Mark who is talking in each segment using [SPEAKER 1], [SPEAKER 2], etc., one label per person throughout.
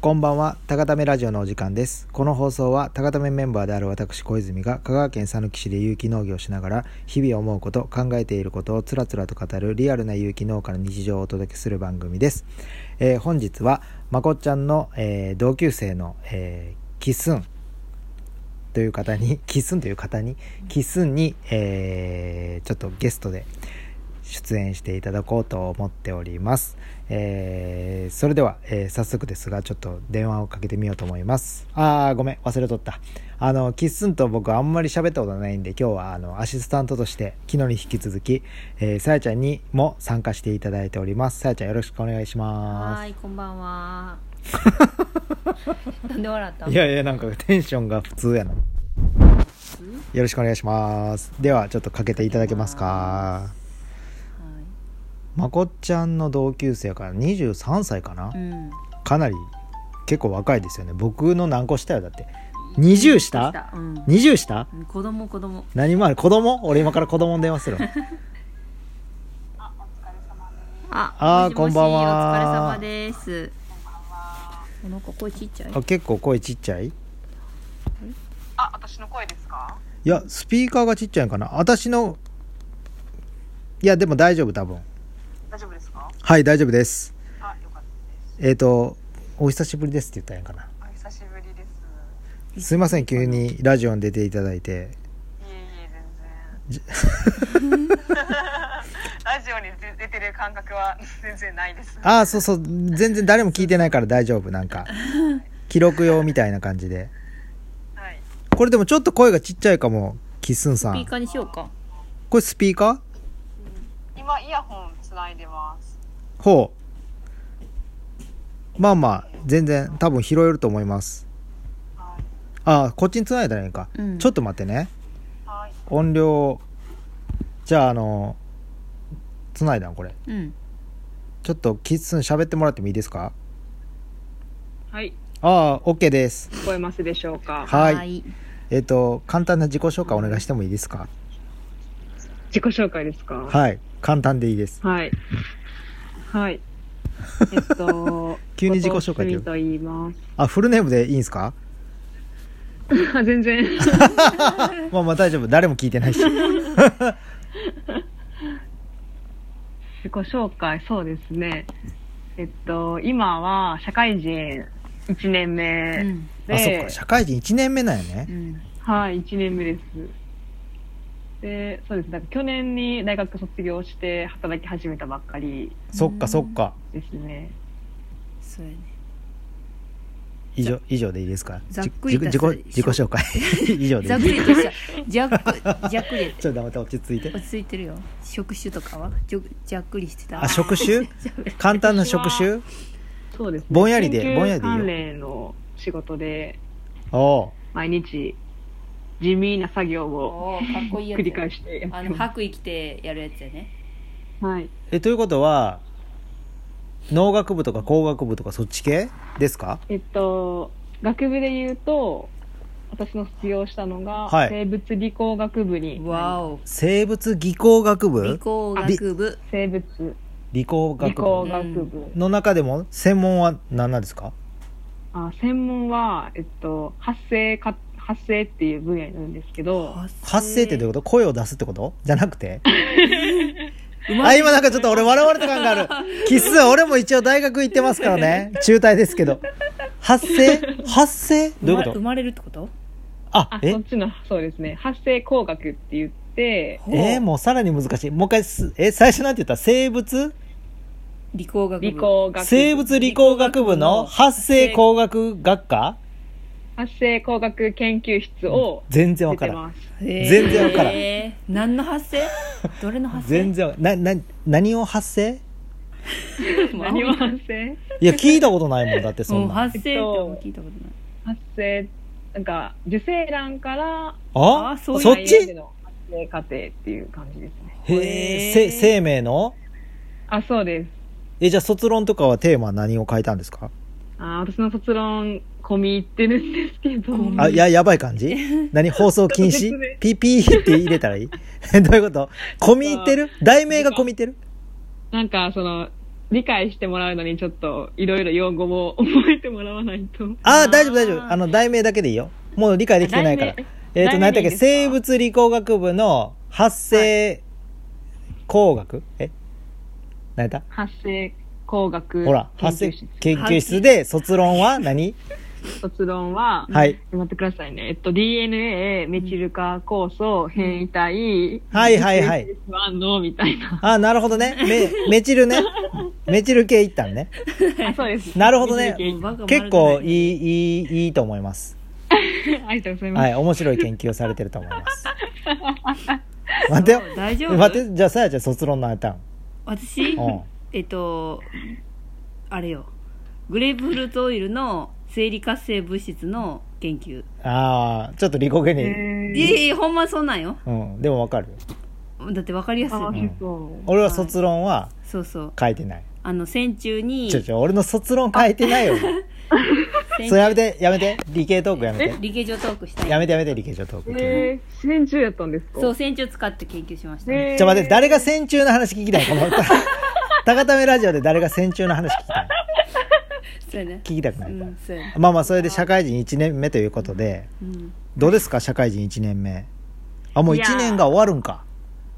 [SPEAKER 1] こんばんは、高ためラジオのお時間です。この放送は、高ためメンバーである私、小泉が、香川県讃岐市で有機農業をしながら、日々思うこと、考えていることをつらつらと語る、リアルな有機農家の日常をお届けする番組です。えー、本日は、まこっちゃんの、えー、同級生の、えー、キスンという方に、 キスンという方に、キスンに、えー、ちょっとゲストで、出演していただこうと思っております。えー、それでは、えー、早速ですが、ちょっと電話をかけてみようと思います。あー、ごめん、忘れとった。あの、キッスンと僕あんまり喋ったことないんで、今日はあの、アシスタントとして、昨日に引き続き、えー、さやちゃんにも参加していただいております。さやちゃんよろしくお願いします。
[SPEAKER 2] はい、こんばんは。 なんで笑った
[SPEAKER 1] いやいや、なんかテンションが普通やな。よろしくお願いします。では、ちょっとかけていただけますか。まこっちゃんの同級生から23歳かな、うん、かなり結構若いですよね僕の何個下よだって20下、うん、20下、
[SPEAKER 2] うん、子供子供
[SPEAKER 1] 何もある子供俺今から子供に電話する
[SPEAKER 2] あ
[SPEAKER 1] あこんばん
[SPEAKER 2] はお疲れ様ですなんか声ちっちゃい
[SPEAKER 1] あ結構声ちっちゃい
[SPEAKER 3] あ私の声ですか
[SPEAKER 1] いやスピーカーがちっちゃいかな私のいやでも大丈夫多分
[SPEAKER 3] 大丈夫ですか
[SPEAKER 1] はい大丈夫です
[SPEAKER 3] あよかった
[SPEAKER 1] ですえっ、ー、と「お久しぶりです」って言ったんやかな
[SPEAKER 3] お久しぶりです
[SPEAKER 1] すいません急にラジオに出ていただいて
[SPEAKER 3] いえいえ全然 ラジオに出てる感覚は 全然ないです
[SPEAKER 1] ああそうそう全然誰も聞いてないから大丈夫なん か記録用みたいな感じで、
[SPEAKER 3] はい、
[SPEAKER 1] これでもちょっと声がちっちゃいかもキッスンさん
[SPEAKER 2] スピーカーにしようか
[SPEAKER 1] これスピーカー、うん、
[SPEAKER 3] 今イヤホンつないでます
[SPEAKER 1] ほうまあまあ全然多分拾えると思います、はい、ああこっちにつないだらいいか、うん、ちょっと待ってね、
[SPEAKER 3] はい、
[SPEAKER 1] 音量じゃああのつないだんこれ、
[SPEAKER 2] うん、
[SPEAKER 1] ちょっとキッスン喋ってもらってもいいですか
[SPEAKER 3] はい
[SPEAKER 1] ああ OK です
[SPEAKER 3] 聞こえますでしょうか
[SPEAKER 1] はいえっ、ー、と簡単な自己紹介お願いしてもいいですか、
[SPEAKER 3] 自己紹介ですか
[SPEAKER 1] はい簡単でいいです。
[SPEAKER 3] はい。はい。 えっと、
[SPEAKER 1] 急に自己紹介
[SPEAKER 3] と言います。
[SPEAKER 1] あ、フルネームでいいんですか
[SPEAKER 3] 全然。
[SPEAKER 1] まあまあ大丈夫。誰も聞いてないし。
[SPEAKER 3] 自己紹介、そうですね。えっと、今は社会人1年目、うん、
[SPEAKER 1] あ、そっか。社会人1年目なんよね、
[SPEAKER 3] うん。はい、1年目です。でそうですなんか去年に大学卒業して働き始めたばっかり
[SPEAKER 1] そっかそっか
[SPEAKER 3] ですね
[SPEAKER 2] そうやね
[SPEAKER 1] 以上以上でいいですか
[SPEAKER 2] ざっくり
[SPEAKER 1] 自己自己紹介 以上で
[SPEAKER 2] ざっくりとしたじゃっじゃっくり
[SPEAKER 1] ちょっとまた落ち着いて
[SPEAKER 2] 落ち着いてるよ職種とかはじょじゃっくりしてた
[SPEAKER 1] あ 職種簡単な職種
[SPEAKER 3] そうです、ね、
[SPEAKER 1] ぼんやりでぼんやりで
[SPEAKER 3] 関連の仕事で
[SPEAKER 1] お
[SPEAKER 3] 毎日地味な作業を繰り返して
[SPEAKER 2] あの白衣着てやるやつやね
[SPEAKER 3] はい
[SPEAKER 1] えということは農学部とか工学部とかそっち系ですか
[SPEAKER 3] えっと学部で言うと私の卒業したのが、はい、生物技工学部に
[SPEAKER 2] わお
[SPEAKER 1] 生物技工学部
[SPEAKER 2] 理工学部
[SPEAKER 3] 生物
[SPEAKER 1] 理工学部理
[SPEAKER 3] 工学部
[SPEAKER 1] の中でも専門は何なんですか
[SPEAKER 3] あ専門は、えっと、発生活発声っていう分野になるんですけど
[SPEAKER 1] 発声ってどういうこと声を出すってことじゃなくてあ今なんかちょっと俺笑われた感があ るキス俺も一応大学行ってますからね中退ですけど発声発声どういうこと
[SPEAKER 2] 生まれるってこと
[SPEAKER 1] あ
[SPEAKER 3] えそっちのそうですね発声工学って言って
[SPEAKER 1] えー、もうさらに難しいもう一回すえ最初なんて言った生物
[SPEAKER 2] 理工学
[SPEAKER 3] 理工学
[SPEAKER 1] 生物理工学部の発声工学学科
[SPEAKER 3] 発生工学研究室を
[SPEAKER 1] 全然わからん全然わからん、え
[SPEAKER 2] ー、何の発生どれの発生
[SPEAKER 1] 全 然なな何を発生
[SPEAKER 3] 何を発生
[SPEAKER 1] いや聞いたことないもんだってそんな
[SPEAKER 2] 発生って聞いたことない
[SPEAKER 3] 発生なんか受精卵から
[SPEAKER 1] ああそうそっち
[SPEAKER 3] 発生過程っていう感じです
[SPEAKER 1] ねへえ生命の
[SPEAKER 3] あそうです
[SPEAKER 1] えじゃあ卒論とかはテーマ何を書いたんですか
[SPEAKER 3] あ私の卒論込み入ってるんですけど。
[SPEAKER 1] あ、や、やばい感 じ何放送禁止ピピーって入れた らいいどういうこと込み入ってる題名が込み入ってる
[SPEAKER 3] なんか、その、理解してもらうのにちょっといろいろ用語を覚えてもらわないと。
[SPEAKER 1] ああ、大丈夫大丈夫。あの、題名だけでいいよ。もう理解できてないから
[SPEAKER 3] 題名。
[SPEAKER 1] えっ、と、何
[SPEAKER 3] 題
[SPEAKER 1] や
[SPEAKER 3] 名
[SPEAKER 1] った
[SPEAKER 3] で
[SPEAKER 1] っ
[SPEAKER 3] いい
[SPEAKER 1] け
[SPEAKER 3] ですか
[SPEAKER 1] 生物理工学部の発生工学、え何やった
[SPEAKER 3] 発生工学
[SPEAKER 1] ほら、
[SPEAKER 3] 研
[SPEAKER 1] 発生
[SPEAKER 3] 究室
[SPEAKER 1] 研究室で卒論は何
[SPEAKER 3] 卒論は、
[SPEAKER 1] はい。
[SPEAKER 3] 待ってくださいね。えっと、DNA、メチル化酵素、変異体、
[SPEAKER 1] はいはいはい
[SPEAKER 3] SS1 の、みたい な。
[SPEAKER 1] ああ、なるほどね。メ、 メチルね。メチル系いったんね。
[SPEAKER 3] あそうです。
[SPEAKER 1] なるほどね
[SPEAKER 3] メチル
[SPEAKER 2] バカ
[SPEAKER 1] 結構いい、いい、いいと思います。
[SPEAKER 3] 系ありがとうございます。
[SPEAKER 1] はい、面白い研究をされてると思います。待てよ。
[SPEAKER 2] 大丈夫
[SPEAKER 1] 待って、じゃあ、さやちゃん卒論何やったん
[SPEAKER 2] 私
[SPEAKER 1] うん
[SPEAKER 2] えっとあれよグレープフルーツオイルの生理活性物質の研究
[SPEAKER 1] ああ、ちょっと理工系
[SPEAKER 3] え
[SPEAKER 1] に。
[SPEAKER 2] いやいやほんまそうなんよ
[SPEAKER 1] うん、でもわかるよ。
[SPEAKER 2] だってわかりやすい
[SPEAKER 3] ー、あ、
[SPEAKER 2] もん
[SPEAKER 3] 結構。
[SPEAKER 1] 俺は卒論は
[SPEAKER 2] そうそう
[SPEAKER 1] 書いてない。
[SPEAKER 2] あの線虫に
[SPEAKER 1] ちょちょ、俺の卒論書いてないよ。
[SPEAKER 2] 線
[SPEAKER 1] それやめて、やめて。理系トークやめて。
[SPEAKER 2] 理系上トークした
[SPEAKER 1] や
[SPEAKER 2] い
[SPEAKER 1] めてやめて、理系トーク。
[SPEAKER 3] えー、戦中やったんですか
[SPEAKER 2] そう線虫使って研究しました、
[SPEAKER 3] えー
[SPEAKER 1] ちょ、待って、誰が戦中の話聞きたいこの 高ためラジオで誰が戦中の話聞きたい
[SPEAKER 2] そうやね
[SPEAKER 1] 聞きたくな
[SPEAKER 2] う
[SPEAKER 1] いか
[SPEAKER 2] んそうやね
[SPEAKER 1] ら。まあまあ、それで社会人1年目ということで、
[SPEAKER 2] うん、
[SPEAKER 1] どうですか、社会人1年目。あ、もう
[SPEAKER 3] いやー
[SPEAKER 1] 1年が終わるんか。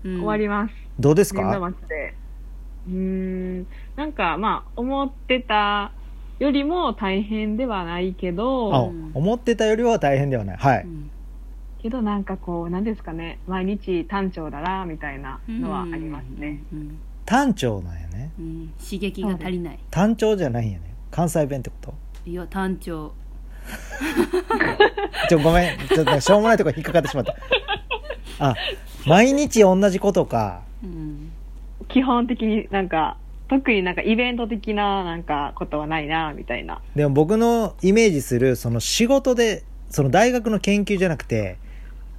[SPEAKER 2] うん、
[SPEAKER 3] 終わります。
[SPEAKER 1] どうです
[SPEAKER 3] 年度
[SPEAKER 1] か
[SPEAKER 3] 末で。うーん。なんか、まあ、思ってたよりも大変ではないけ
[SPEAKER 1] あ、
[SPEAKER 3] ど、
[SPEAKER 2] ん
[SPEAKER 1] 思ってたよりは大変ではない。は
[SPEAKER 2] う
[SPEAKER 1] い。
[SPEAKER 2] ん
[SPEAKER 3] けどなんかこう、なんですかね、毎日単調だな、みたいなのはありますね。
[SPEAKER 2] うん
[SPEAKER 1] 単調なんやね。
[SPEAKER 2] うんうん刺激が足りない
[SPEAKER 1] 単調じゃないんやね。関西弁ってこと
[SPEAKER 2] いや単調
[SPEAKER 1] ちょ、ごめん。ちょっとしょうもないとこ引っかかってしまった。あ、毎日同じことか。
[SPEAKER 2] うん
[SPEAKER 3] 基本的になんか、特になんかイベント的ななんかことはないな、みたいな。
[SPEAKER 1] でも僕のイメージする、その仕事で、その大学の研究じゃなくて、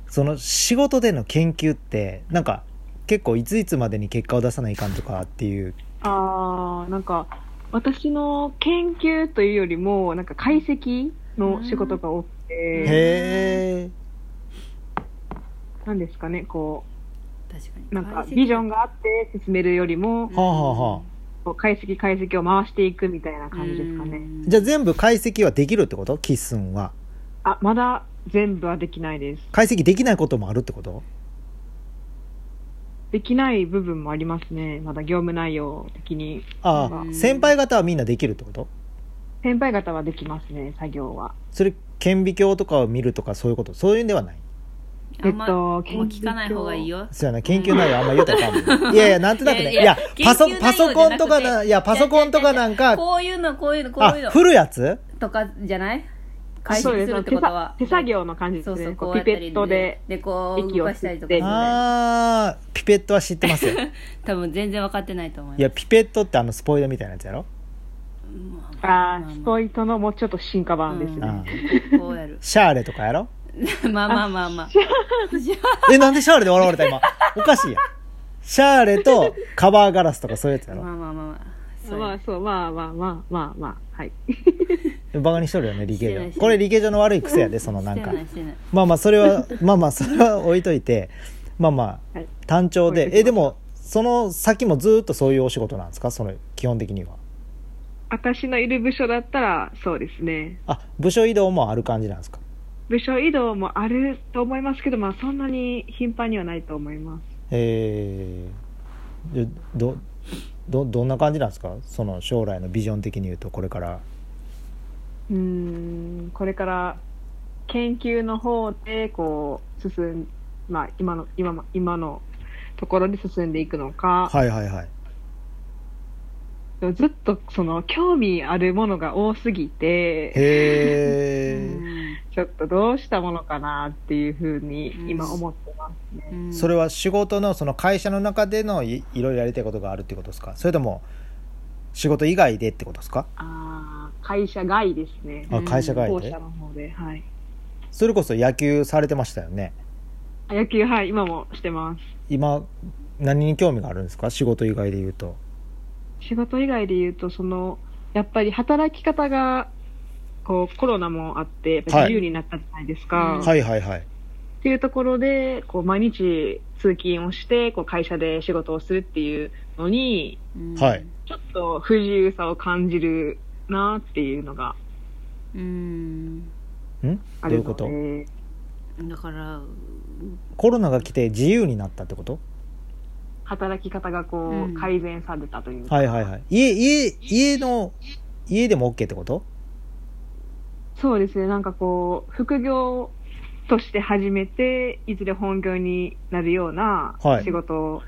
[SPEAKER 1] その仕事での研究って、なんか、結構いついつまでに結果を出さないかんとかっていう。
[SPEAKER 3] あー、なんか、私の研究というよりも、なんか解析の仕事が多く
[SPEAKER 2] うん
[SPEAKER 3] て、
[SPEAKER 1] へえ。
[SPEAKER 3] なんですかね、こ
[SPEAKER 2] 確かに
[SPEAKER 3] う、なんかビジョン
[SPEAKER 2] が
[SPEAKER 3] があって進めるよりも、
[SPEAKER 1] はあはあはあ。
[SPEAKER 3] こう解析解析を回していくみたいな感じですかね。
[SPEAKER 1] じゃあ全部解析はできるってことキッスンは。
[SPEAKER 3] あ、まだ全部はできないです。
[SPEAKER 1] 解析できないこともあるってこと
[SPEAKER 3] できない部分もありますね。まだ業務内容的に。
[SPEAKER 1] あ
[SPEAKER 3] う
[SPEAKER 1] あ、
[SPEAKER 2] ん
[SPEAKER 1] 先輩方はみんなできるってこと
[SPEAKER 3] 先輩方はできますね、作業は。
[SPEAKER 1] それ、顕微鏡とかを見るとかそういうことそういうんではない
[SPEAKER 2] あんま
[SPEAKER 3] えっと
[SPEAKER 2] もう聞かない方がいいよ
[SPEAKER 1] そうやな、研究内容あんま言うたらあかんもん。いやいや、なんとなくね。い
[SPEAKER 2] いやい
[SPEAKER 1] や
[SPEAKER 2] や、
[SPEAKER 1] パソ、
[SPEAKER 2] 研究
[SPEAKER 1] パ
[SPEAKER 2] 内
[SPEAKER 1] ソ
[SPEAKER 2] 容
[SPEAKER 1] コ
[SPEAKER 2] じゃなくて
[SPEAKER 1] ンとかな、いや、パソコンとかなんか、
[SPEAKER 2] こういうのこういうのこ
[SPEAKER 1] あ
[SPEAKER 2] ういう、の
[SPEAKER 1] 振るやつ
[SPEAKER 2] とかじゃない解
[SPEAKER 3] そう
[SPEAKER 2] 析
[SPEAKER 3] ですす
[SPEAKER 2] るってことは
[SPEAKER 3] 手さ手作業の感じです
[SPEAKER 2] そう
[SPEAKER 3] ね。
[SPEAKER 2] そう
[SPEAKER 3] こ
[SPEAKER 2] こ
[SPEAKER 3] う
[SPEAKER 2] うや
[SPEAKER 3] ピ
[SPEAKER 2] った
[SPEAKER 3] ペ
[SPEAKER 2] り
[SPEAKER 3] ットで。
[SPEAKER 2] でこう動かしたりとかする
[SPEAKER 3] 息を吸って
[SPEAKER 1] あー、ピペットは知ってますよ。
[SPEAKER 2] 多分全然分かってないと思います
[SPEAKER 1] いや、ピペットってあの、スポイドみたいなやつやろ
[SPEAKER 2] まあまあ
[SPEAKER 3] あ
[SPEAKER 2] まあ
[SPEAKER 3] ー、スポイトのもうちょっと進化版です
[SPEAKER 2] う
[SPEAKER 3] ね。
[SPEAKER 2] ん
[SPEAKER 1] あー
[SPEAKER 2] こうやる
[SPEAKER 1] シャーレとかやろ
[SPEAKER 2] まあまあまあまあ
[SPEAKER 1] え、なんでシャーレで笑われた今。おかしいやん。シャーレとカバーガラスとかそういうやつや
[SPEAKER 2] まあ
[SPEAKER 1] ろ
[SPEAKER 2] まあまあまあそう
[SPEAKER 3] まあ
[SPEAKER 2] や
[SPEAKER 3] そう、まあまあまあまあまあ、はい。
[SPEAKER 1] バカにしとるよね、理
[SPEAKER 2] してな
[SPEAKER 1] 系上。
[SPEAKER 2] いしてない
[SPEAKER 1] これ理系上の悪い癖やで、そのなん
[SPEAKER 2] して
[SPEAKER 1] か
[SPEAKER 2] な。いしてない
[SPEAKER 1] まあまあそれは まあまあそれは置いといてまあまあ
[SPEAKER 3] はい
[SPEAKER 1] 単調で、
[SPEAKER 3] 置いときます
[SPEAKER 1] えでもその先もずっとそういうお仕事なんですかその基本的には
[SPEAKER 3] 私のいる部署だったらそうですね。
[SPEAKER 1] あ部署移動もある感じなんですか
[SPEAKER 3] 部署移動もあると思いますけど、まあそんなに頻繁にはないと思います。
[SPEAKER 1] えーでどどどんな感じなんですかその将来のビジョン的に言うとこれから
[SPEAKER 3] うーんこれから研究の方でこう進ん、まあ、今の今も今のところで進んでいくのか、
[SPEAKER 1] はいはいはい
[SPEAKER 3] でもずっとその興味あるものが多すぎて
[SPEAKER 1] へえ、
[SPEAKER 3] ちょっとどうしたものかなっていうふうに
[SPEAKER 2] うん
[SPEAKER 3] 今思ってますね、
[SPEAKER 2] うん
[SPEAKER 1] それは仕事のその会社の中でのいいろいろやりたいことがあるってことですかそれとも仕事以外でってことですか
[SPEAKER 3] ああ会社外ですね
[SPEAKER 1] あ会社外
[SPEAKER 3] 校
[SPEAKER 1] で
[SPEAKER 3] 舎の方ではい
[SPEAKER 1] それこそ野球されてましたよね
[SPEAKER 3] あ野球はい今もしてます
[SPEAKER 1] 今何に興味があるんですか仕事以外で言うと
[SPEAKER 3] 仕事以外で言うとそのやっぱり働き方がこうコロナもあってやっぱり自由になったじゃないですか、
[SPEAKER 2] うん
[SPEAKER 1] はいはいはい
[SPEAKER 3] っていうところでこう毎日通勤をしてこう会社で仕事をするっていうのに
[SPEAKER 2] うん
[SPEAKER 1] はい
[SPEAKER 3] ちょっと不自由さを感じるなっていうのが
[SPEAKER 2] うーん
[SPEAKER 1] んど
[SPEAKER 3] あ
[SPEAKER 1] うい
[SPEAKER 3] る
[SPEAKER 1] うこ
[SPEAKER 3] ので
[SPEAKER 1] と
[SPEAKER 2] だから
[SPEAKER 1] コロナが来て自由になったってこと
[SPEAKER 3] 働き方がこう、
[SPEAKER 2] うん
[SPEAKER 3] 改善されたというか、
[SPEAKER 1] はいはいはい家家家の家でも OK ってこと
[SPEAKER 3] そうですねなんかこう副業として始めていずれ本業になるような
[SPEAKER 1] はい
[SPEAKER 3] 仕事を、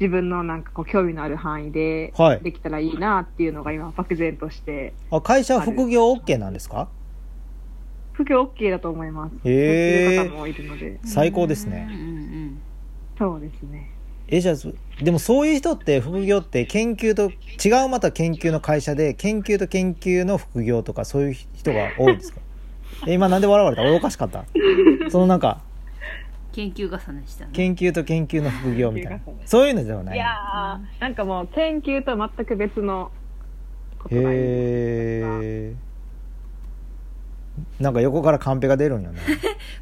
[SPEAKER 3] 自分のなんかこう興味のある範囲で
[SPEAKER 1] はい
[SPEAKER 3] できたらいいなっていうのが今漠然として
[SPEAKER 1] あ会社は副業 OK なんですか
[SPEAKER 3] 副業 OK だと思います
[SPEAKER 1] へー
[SPEAKER 3] やってる方もいるので
[SPEAKER 1] 最高です
[SPEAKER 2] うん
[SPEAKER 1] ね
[SPEAKER 2] うん
[SPEAKER 3] そうですね
[SPEAKER 1] えじゃあそでもそういう人って副業って研究と違うまた研究の会社で研究と研究の副業とかそういう人が多いですかえ今なんで笑われた俺おかしかったそのなんか
[SPEAKER 2] 研究重ねしたね
[SPEAKER 1] 研究と研究の副業みたいなそういうのではない
[SPEAKER 3] いやーなんかもう研究とは全く別のことがいい
[SPEAKER 1] へえんか横からカンペが出るんよね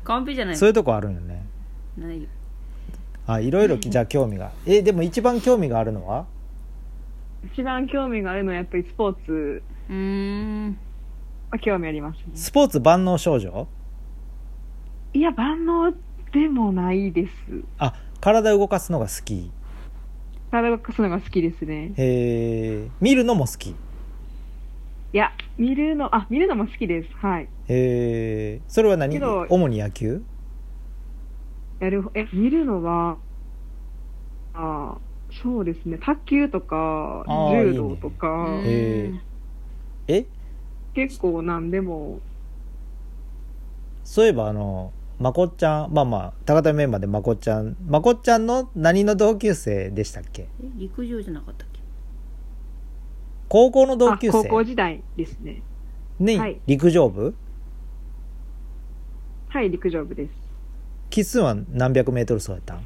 [SPEAKER 2] 完璧じゃない
[SPEAKER 1] そういうとこあるんよね
[SPEAKER 2] ないよ
[SPEAKER 1] あいろいろじゃあ興味がえでも一番興味があるのは
[SPEAKER 3] 一番興味があるのはやっぱりスポーツ
[SPEAKER 2] うーん
[SPEAKER 3] は興味ありますね
[SPEAKER 1] スポーツ万能少女
[SPEAKER 3] いや万能でもないです
[SPEAKER 1] あ体動かすのが好き
[SPEAKER 3] 体を動かすのが好きですね
[SPEAKER 1] へえ見るのも好き
[SPEAKER 3] いや見るのあ見るのも好きですはい
[SPEAKER 1] へえそれは何
[SPEAKER 3] けど
[SPEAKER 1] 主に野球
[SPEAKER 3] やるえ見るのはあーそうですね卓球とか
[SPEAKER 1] あー
[SPEAKER 3] 柔道とか
[SPEAKER 2] いいね
[SPEAKER 1] へ
[SPEAKER 2] うん
[SPEAKER 1] ええ
[SPEAKER 3] 結構何でも
[SPEAKER 1] そういえばあのまこっちゃんまあまあ高田メンバーでまこっちゃんまこっちゃんの何の同級生でしたっけ
[SPEAKER 2] え陸上じゃなかったっけ
[SPEAKER 1] 高校の同
[SPEAKER 3] あ
[SPEAKER 1] 級
[SPEAKER 3] 高校
[SPEAKER 1] 生
[SPEAKER 3] 時代ですね
[SPEAKER 1] に、
[SPEAKER 3] はい
[SPEAKER 1] 陸上部
[SPEAKER 3] はい陸上部です
[SPEAKER 1] キスは何百メートル走やったん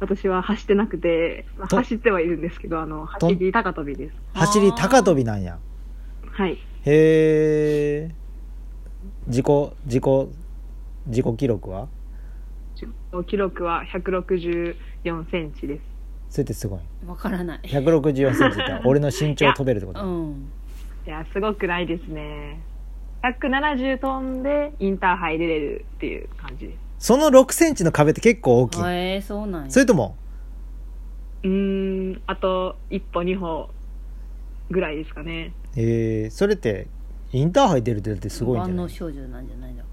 [SPEAKER 3] 私は走ってなくて、まあ
[SPEAKER 1] と
[SPEAKER 3] 走ってはいるんですけど、あの、
[SPEAKER 1] と
[SPEAKER 3] 走り高跳びです。
[SPEAKER 1] 走り高跳びなんや
[SPEAKER 3] はい。
[SPEAKER 1] へえ自己自己自己記録は
[SPEAKER 3] 記録は164センチです。
[SPEAKER 1] それってすごい
[SPEAKER 2] わからない
[SPEAKER 1] 1 6 4センチって俺の身長を飛べるってこ
[SPEAKER 2] う
[SPEAKER 1] と
[SPEAKER 2] ん
[SPEAKER 3] いや、すごくないですね。170飛んでインターハイ出れるっていう感じです。
[SPEAKER 1] その6センチの壁って結構大きい
[SPEAKER 2] へえそうなんや
[SPEAKER 1] それとも
[SPEAKER 3] うーん、あと一歩二歩ぐらいですかね。
[SPEAKER 1] えー、それってインターハイ出るってだってすごいんじゃ
[SPEAKER 2] 万
[SPEAKER 1] な
[SPEAKER 2] 能
[SPEAKER 1] い
[SPEAKER 2] 少女なんじゃないだか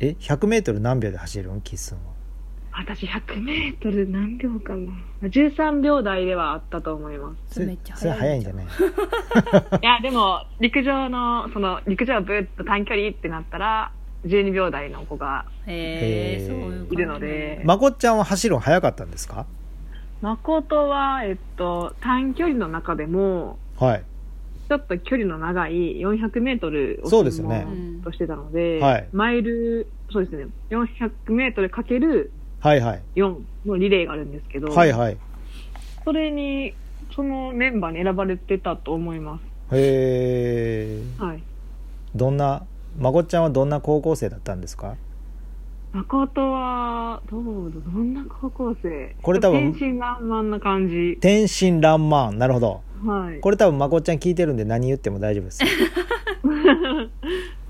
[SPEAKER 2] ら
[SPEAKER 1] え100メートル何秒で走るんキッスンは
[SPEAKER 3] 私100メートル何秒かな。13秒台ではあったと思い ます。
[SPEAKER 2] それめっちゃ
[SPEAKER 1] それ
[SPEAKER 2] 早
[SPEAKER 1] 早
[SPEAKER 2] い
[SPEAKER 1] いん
[SPEAKER 2] んじ
[SPEAKER 1] じ
[SPEAKER 2] ゃ
[SPEAKER 1] ゃ
[SPEAKER 2] な
[SPEAKER 1] ないい
[SPEAKER 3] いや、でも、陸上の、その、陸上ぶっと短距離ってなったら、12秒台の子が
[SPEAKER 2] へえ
[SPEAKER 1] へー
[SPEAKER 2] そういう感じ
[SPEAKER 3] いるので
[SPEAKER 1] まこっちゃんは走るの早かったんですか
[SPEAKER 3] 誠は、えっと、短距離の中でも、
[SPEAKER 1] はい
[SPEAKER 3] ちょっと距離の長い400メートルを
[SPEAKER 1] そうですよね
[SPEAKER 3] 専門としてたので、
[SPEAKER 1] はい
[SPEAKER 3] マイル、そうですね、400メートルかける
[SPEAKER 1] はいはい
[SPEAKER 3] 4のリレーがあるんですけど、
[SPEAKER 1] はいはい
[SPEAKER 3] それに、そのメンバーに選ばれてたと思いま
[SPEAKER 1] へえ
[SPEAKER 3] す。はい。
[SPEAKER 1] どんなまこっちゃんはどんな高校生だったんですか
[SPEAKER 3] 誠は、どうだ、どんな高校生
[SPEAKER 1] これ多分
[SPEAKER 3] 天真爛漫な感じ。
[SPEAKER 1] 天真爛漫なるほど
[SPEAKER 3] はい。
[SPEAKER 1] これ多分まこっちゃん聞いてるんで何言っても大丈夫です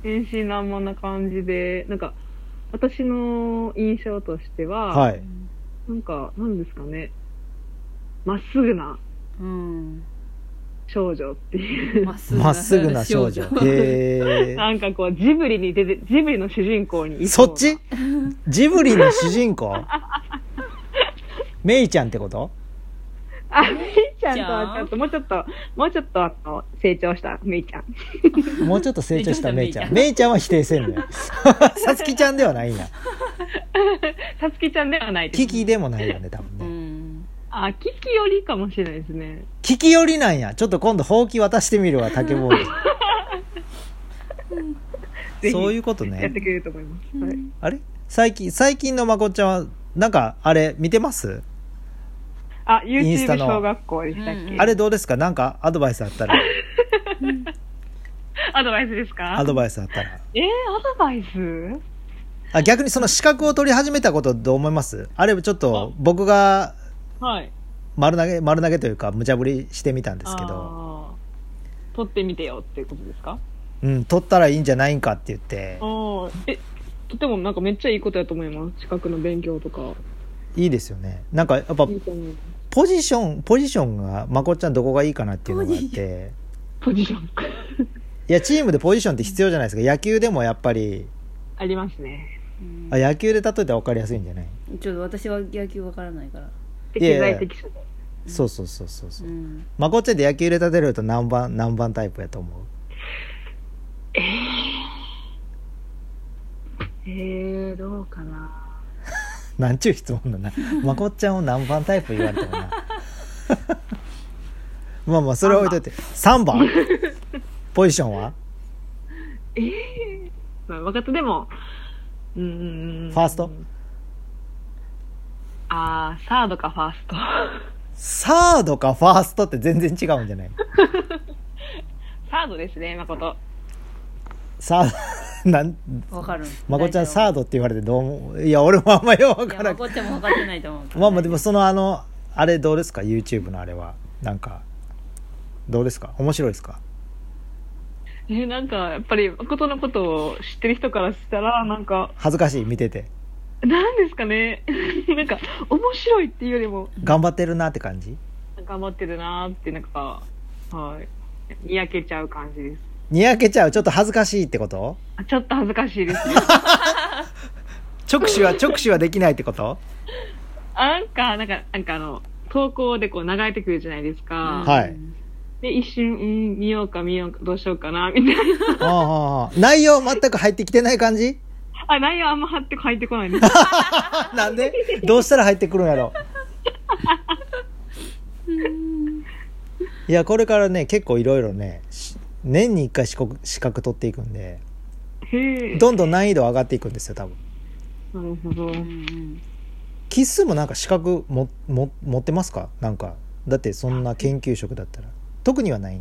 [SPEAKER 3] 天真爛漫な感じで、なんか、私の印象としては、
[SPEAKER 1] はい
[SPEAKER 3] なんか、なんですかね、まっすぐな
[SPEAKER 2] うん
[SPEAKER 3] 少女っていう、
[SPEAKER 2] まっすぐ
[SPEAKER 1] まっすぐな少女へ
[SPEAKER 3] なんかこう、ジブリに出て、ジブリの主人公に
[SPEAKER 1] え
[SPEAKER 3] いう
[SPEAKER 1] そ
[SPEAKER 3] な
[SPEAKER 1] っちジブリの主人公メイちゃんってこと
[SPEAKER 3] あ、めいちゃんとはちょっと、もうちょっと、もうちょっと、あの、成長しためいちゃん。
[SPEAKER 1] もうちょっと成長したメイち ゃん。メ
[SPEAKER 2] メ
[SPEAKER 1] イちゃんは否定せんの よ。さつきちゃんではないんや。
[SPEAKER 3] さつきちゃんではないで
[SPEAKER 1] キ
[SPEAKER 3] す。
[SPEAKER 1] キでもないよね、多分
[SPEAKER 2] う
[SPEAKER 1] ね。
[SPEAKER 2] ん
[SPEAKER 3] あ、キキよりかもしれないですね。
[SPEAKER 1] キキ寄りなんや。ちょっと今度、ほうき渡してみるわ、竹 坊
[SPEAKER 3] ぜ
[SPEAKER 1] 主。
[SPEAKER 3] ひ
[SPEAKER 1] そういうこと
[SPEAKER 3] やって
[SPEAKER 1] ね。
[SPEAKER 3] くれると思います。はい
[SPEAKER 1] あれ最近、最近のまこっちゃんは、なんか、あれ、見てます
[SPEAKER 3] あ、
[SPEAKER 1] インスタ
[SPEAKER 3] YouTube
[SPEAKER 1] の
[SPEAKER 3] 小学校でしたっけ
[SPEAKER 2] うん
[SPEAKER 1] あれどうですかなんか、アドバイスあったら、
[SPEAKER 3] アドバイスですか
[SPEAKER 1] アドバイスあったら。
[SPEAKER 3] えー、アドバイス
[SPEAKER 1] あ、逆にその資格を取り始めたことどう思いますあれ、ちょっと、僕が、
[SPEAKER 3] はい。
[SPEAKER 1] 丸投げ丸投げというか無茶ぶりしてみたんですけど、
[SPEAKER 3] あー撮ってみてよっていうことですか
[SPEAKER 1] うん、取ったらいいんじゃないんかって言って
[SPEAKER 3] ああえとてもなんかめっちゃいいことやと思います資格の勉強とか
[SPEAKER 1] いいですよねなんかやっぱ
[SPEAKER 3] いいと思う
[SPEAKER 1] ポジションポジションがまこっちゃんどこがいいかなっていうのがあっ
[SPEAKER 2] ポジシ
[SPEAKER 1] て
[SPEAKER 3] ポジション
[SPEAKER 1] いやチームでポジションって必要じゃないですか野球でもやっぱり
[SPEAKER 3] ありますね
[SPEAKER 2] うん
[SPEAKER 1] あ野球で例えたら分かりやすいんじゃない
[SPEAKER 2] ちょっと私は野球わからないから、、
[SPEAKER 1] いや
[SPEAKER 3] 適
[SPEAKER 1] いや
[SPEAKER 3] 材適所で
[SPEAKER 1] そうそうそうそうそううんまこっちゃんって野球で例えると何番何番タイプやと思う
[SPEAKER 3] えー、どうかな
[SPEAKER 1] なんちゅう質問だなまこっちゃんを何番タイプ言われてもな まあまあそれは置いといて3番ポジションは
[SPEAKER 3] まあ若手でもうーん
[SPEAKER 1] ファースト
[SPEAKER 3] ああサードかファースト
[SPEAKER 1] サードかファーストって全然違うんじゃない
[SPEAKER 3] サードですね誠
[SPEAKER 1] サーなん
[SPEAKER 2] わかる
[SPEAKER 1] まこっちゃん
[SPEAKER 2] ー
[SPEAKER 1] サードって言われてどう思ういや俺もあんまよう分
[SPEAKER 2] い
[SPEAKER 1] か
[SPEAKER 2] や
[SPEAKER 1] ら
[SPEAKER 2] ま
[SPEAKER 1] ん
[SPEAKER 2] こっちゃんも分かってないと思うけど
[SPEAKER 1] まあまあでもそのあのあれどうですか YouTube のあれはなんかどうですか面白いですか
[SPEAKER 3] えーなんかやっぱり誠のことを知ってる人からしたらなんか
[SPEAKER 1] 恥ずかしい見てて
[SPEAKER 3] なんですかね なんか面白いっていうよりも
[SPEAKER 1] 頑張ってるなって感じ
[SPEAKER 3] 頑張ってるなーってなんかはいにやけちゃう感じです
[SPEAKER 1] にやけちゃうちょっと恥ずかしいってこと
[SPEAKER 3] あちょっと恥ずかしいで すね
[SPEAKER 1] 直視は直視はできないってこと
[SPEAKER 3] あなんかなんかなんかあの投稿でこう流れてくるじゃないですか、
[SPEAKER 1] はい
[SPEAKER 3] で一瞬、うん、見ようか見ようかどうしようかなみたい な
[SPEAKER 1] ああああ内容全く入ってきてない感じ
[SPEAKER 3] あ内容あんま張って入ってこないです
[SPEAKER 1] なんでどうしたら入ってくるんやろいやこれからね結構いろいろねし年に1回資格資格取っていくんで
[SPEAKER 3] へえ
[SPEAKER 1] どんどん難易度上がっていくんですよ多分
[SPEAKER 3] なるほど
[SPEAKER 2] うんうん
[SPEAKER 1] キッスもなんか資格もも持ってますかなんかだってそんな研究職だったら特にはない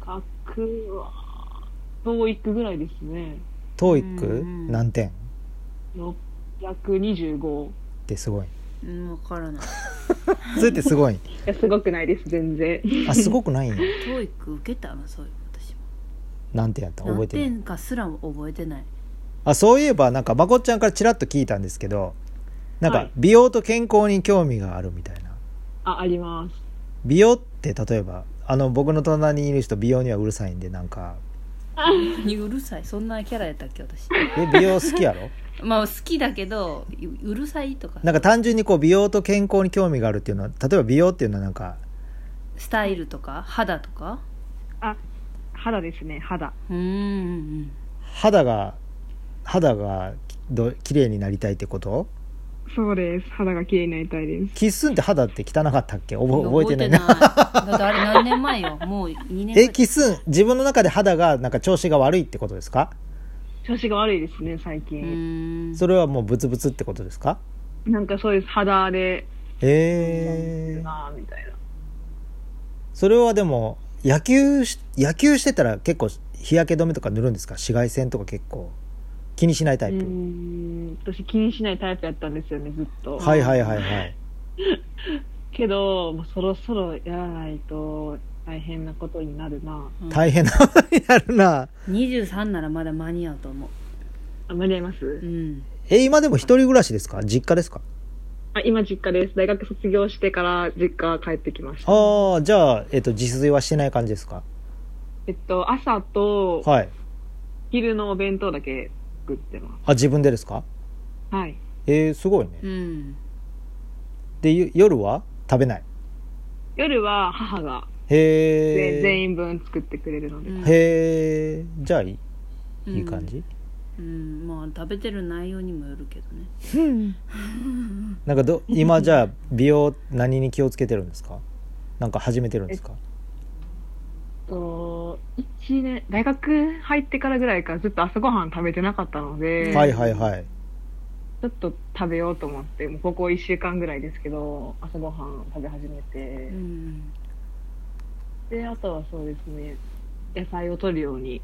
[SPEAKER 3] 学は教育ぐらいですね
[SPEAKER 1] TOEIC
[SPEAKER 2] うん
[SPEAKER 1] 何点
[SPEAKER 3] 625
[SPEAKER 1] ってすごい
[SPEAKER 2] うん分からない
[SPEAKER 1] それってすごい
[SPEAKER 3] いやすごくないです全 然
[SPEAKER 1] あすごくないんや
[SPEAKER 2] 教育受けたのそういう私も
[SPEAKER 1] 何点やった覚え
[SPEAKER 2] 何
[SPEAKER 1] てない
[SPEAKER 2] 点かすらも覚えてない
[SPEAKER 1] あそういえばなんかまこっちゃんからちらっと聞いたんですけどなん
[SPEAKER 3] は
[SPEAKER 1] か
[SPEAKER 3] い
[SPEAKER 1] 美容と健康に興味があるみたいな
[SPEAKER 3] ああります
[SPEAKER 1] 美容って例えばあの僕の隣にいる人美容にはうるさいんでなんか
[SPEAKER 2] うるさいそんなキャラやったっけ私
[SPEAKER 1] え美容好きやろ
[SPEAKER 2] まあ好きだけどううるさいとか
[SPEAKER 1] なんか単純にこう美容と健康に興味があるっていうのは例えば美容っていうのはなんか
[SPEAKER 2] スタイルとか肌とか
[SPEAKER 3] あ肌ですね肌
[SPEAKER 2] うんうん
[SPEAKER 1] 肌が肌がど綺麗になりたいってこと
[SPEAKER 3] そうです肌が綺麗になりたいです
[SPEAKER 1] キッスンって肌って汚かったっけ
[SPEAKER 2] うん
[SPEAKER 1] 覚覚えてないな
[SPEAKER 2] 覚えてないだってあれ何年前よもう2年
[SPEAKER 1] え
[SPEAKER 2] 前
[SPEAKER 1] キッスン自分の中で肌がなんか調子が悪いってことですか
[SPEAKER 3] 調子が悪いですね最
[SPEAKER 2] う
[SPEAKER 3] 近、
[SPEAKER 2] ーん
[SPEAKER 1] それはもうブツブツってことですか
[SPEAKER 3] なんかそうです肌で
[SPEAKER 1] ええ
[SPEAKER 3] なあみたいな
[SPEAKER 1] それはでも野球し野球してたら結構日焼け止めとか塗るんですか紫外線とか結構気にしないタ
[SPEAKER 3] う
[SPEAKER 1] イプ
[SPEAKER 3] ーん私気にしないタイプやったんですよねずっと、
[SPEAKER 1] はいはいはいはい
[SPEAKER 3] けどもうそろそろやらないと大変なことになるな
[SPEAKER 2] うん
[SPEAKER 1] 大変な ことになるな
[SPEAKER 2] 23ならまだ間に合うと思
[SPEAKER 3] あ間に合います、
[SPEAKER 2] ううん
[SPEAKER 1] え今でも一人暮らしですか実家ですか
[SPEAKER 3] あ今実家です大学卒業してから実家帰ってきました
[SPEAKER 1] ああじゃあ、えっと、自炊はしてない感じですか
[SPEAKER 3] えっと朝と
[SPEAKER 1] はい
[SPEAKER 3] 昼のお弁当だけ作ってま
[SPEAKER 1] あ自分でですか
[SPEAKER 3] すはい
[SPEAKER 1] えー、すごいね、
[SPEAKER 2] うん
[SPEAKER 1] でゆ夜は食べない
[SPEAKER 3] 夜は母が
[SPEAKER 1] へ
[SPEAKER 3] 全
[SPEAKER 1] え
[SPEAKER 3] 全員分作ってくれるので、
[SPEAKER 2] うん
[SPEAKER 1] へえじゃあいい
[SPEAKER 2] うん
[SPEAKER 1] いい感じ、
[SPEAKER 2] うんまあ食べてる内容にもよるけどね
[SPEAKER 1] なんかど今じゃあ美容何に気をつけてるんですかなんか始めてるんですか
[SPEAKER 3] と一年大学入ってからぐらいからずっと朝ごはん食べてなかったので、
[SPEAKER 1] はいはいはい
[SPEAKER 3] ちょっと食べようと思ってもうここ1週間ぐらいですけど朝ごはん食べ始め
[SPEAKER 2] う
[SPEAKER 3] て、
[SPEAKER 2] ん
[SPEAKER 3] であとはそうですね野菜を取るように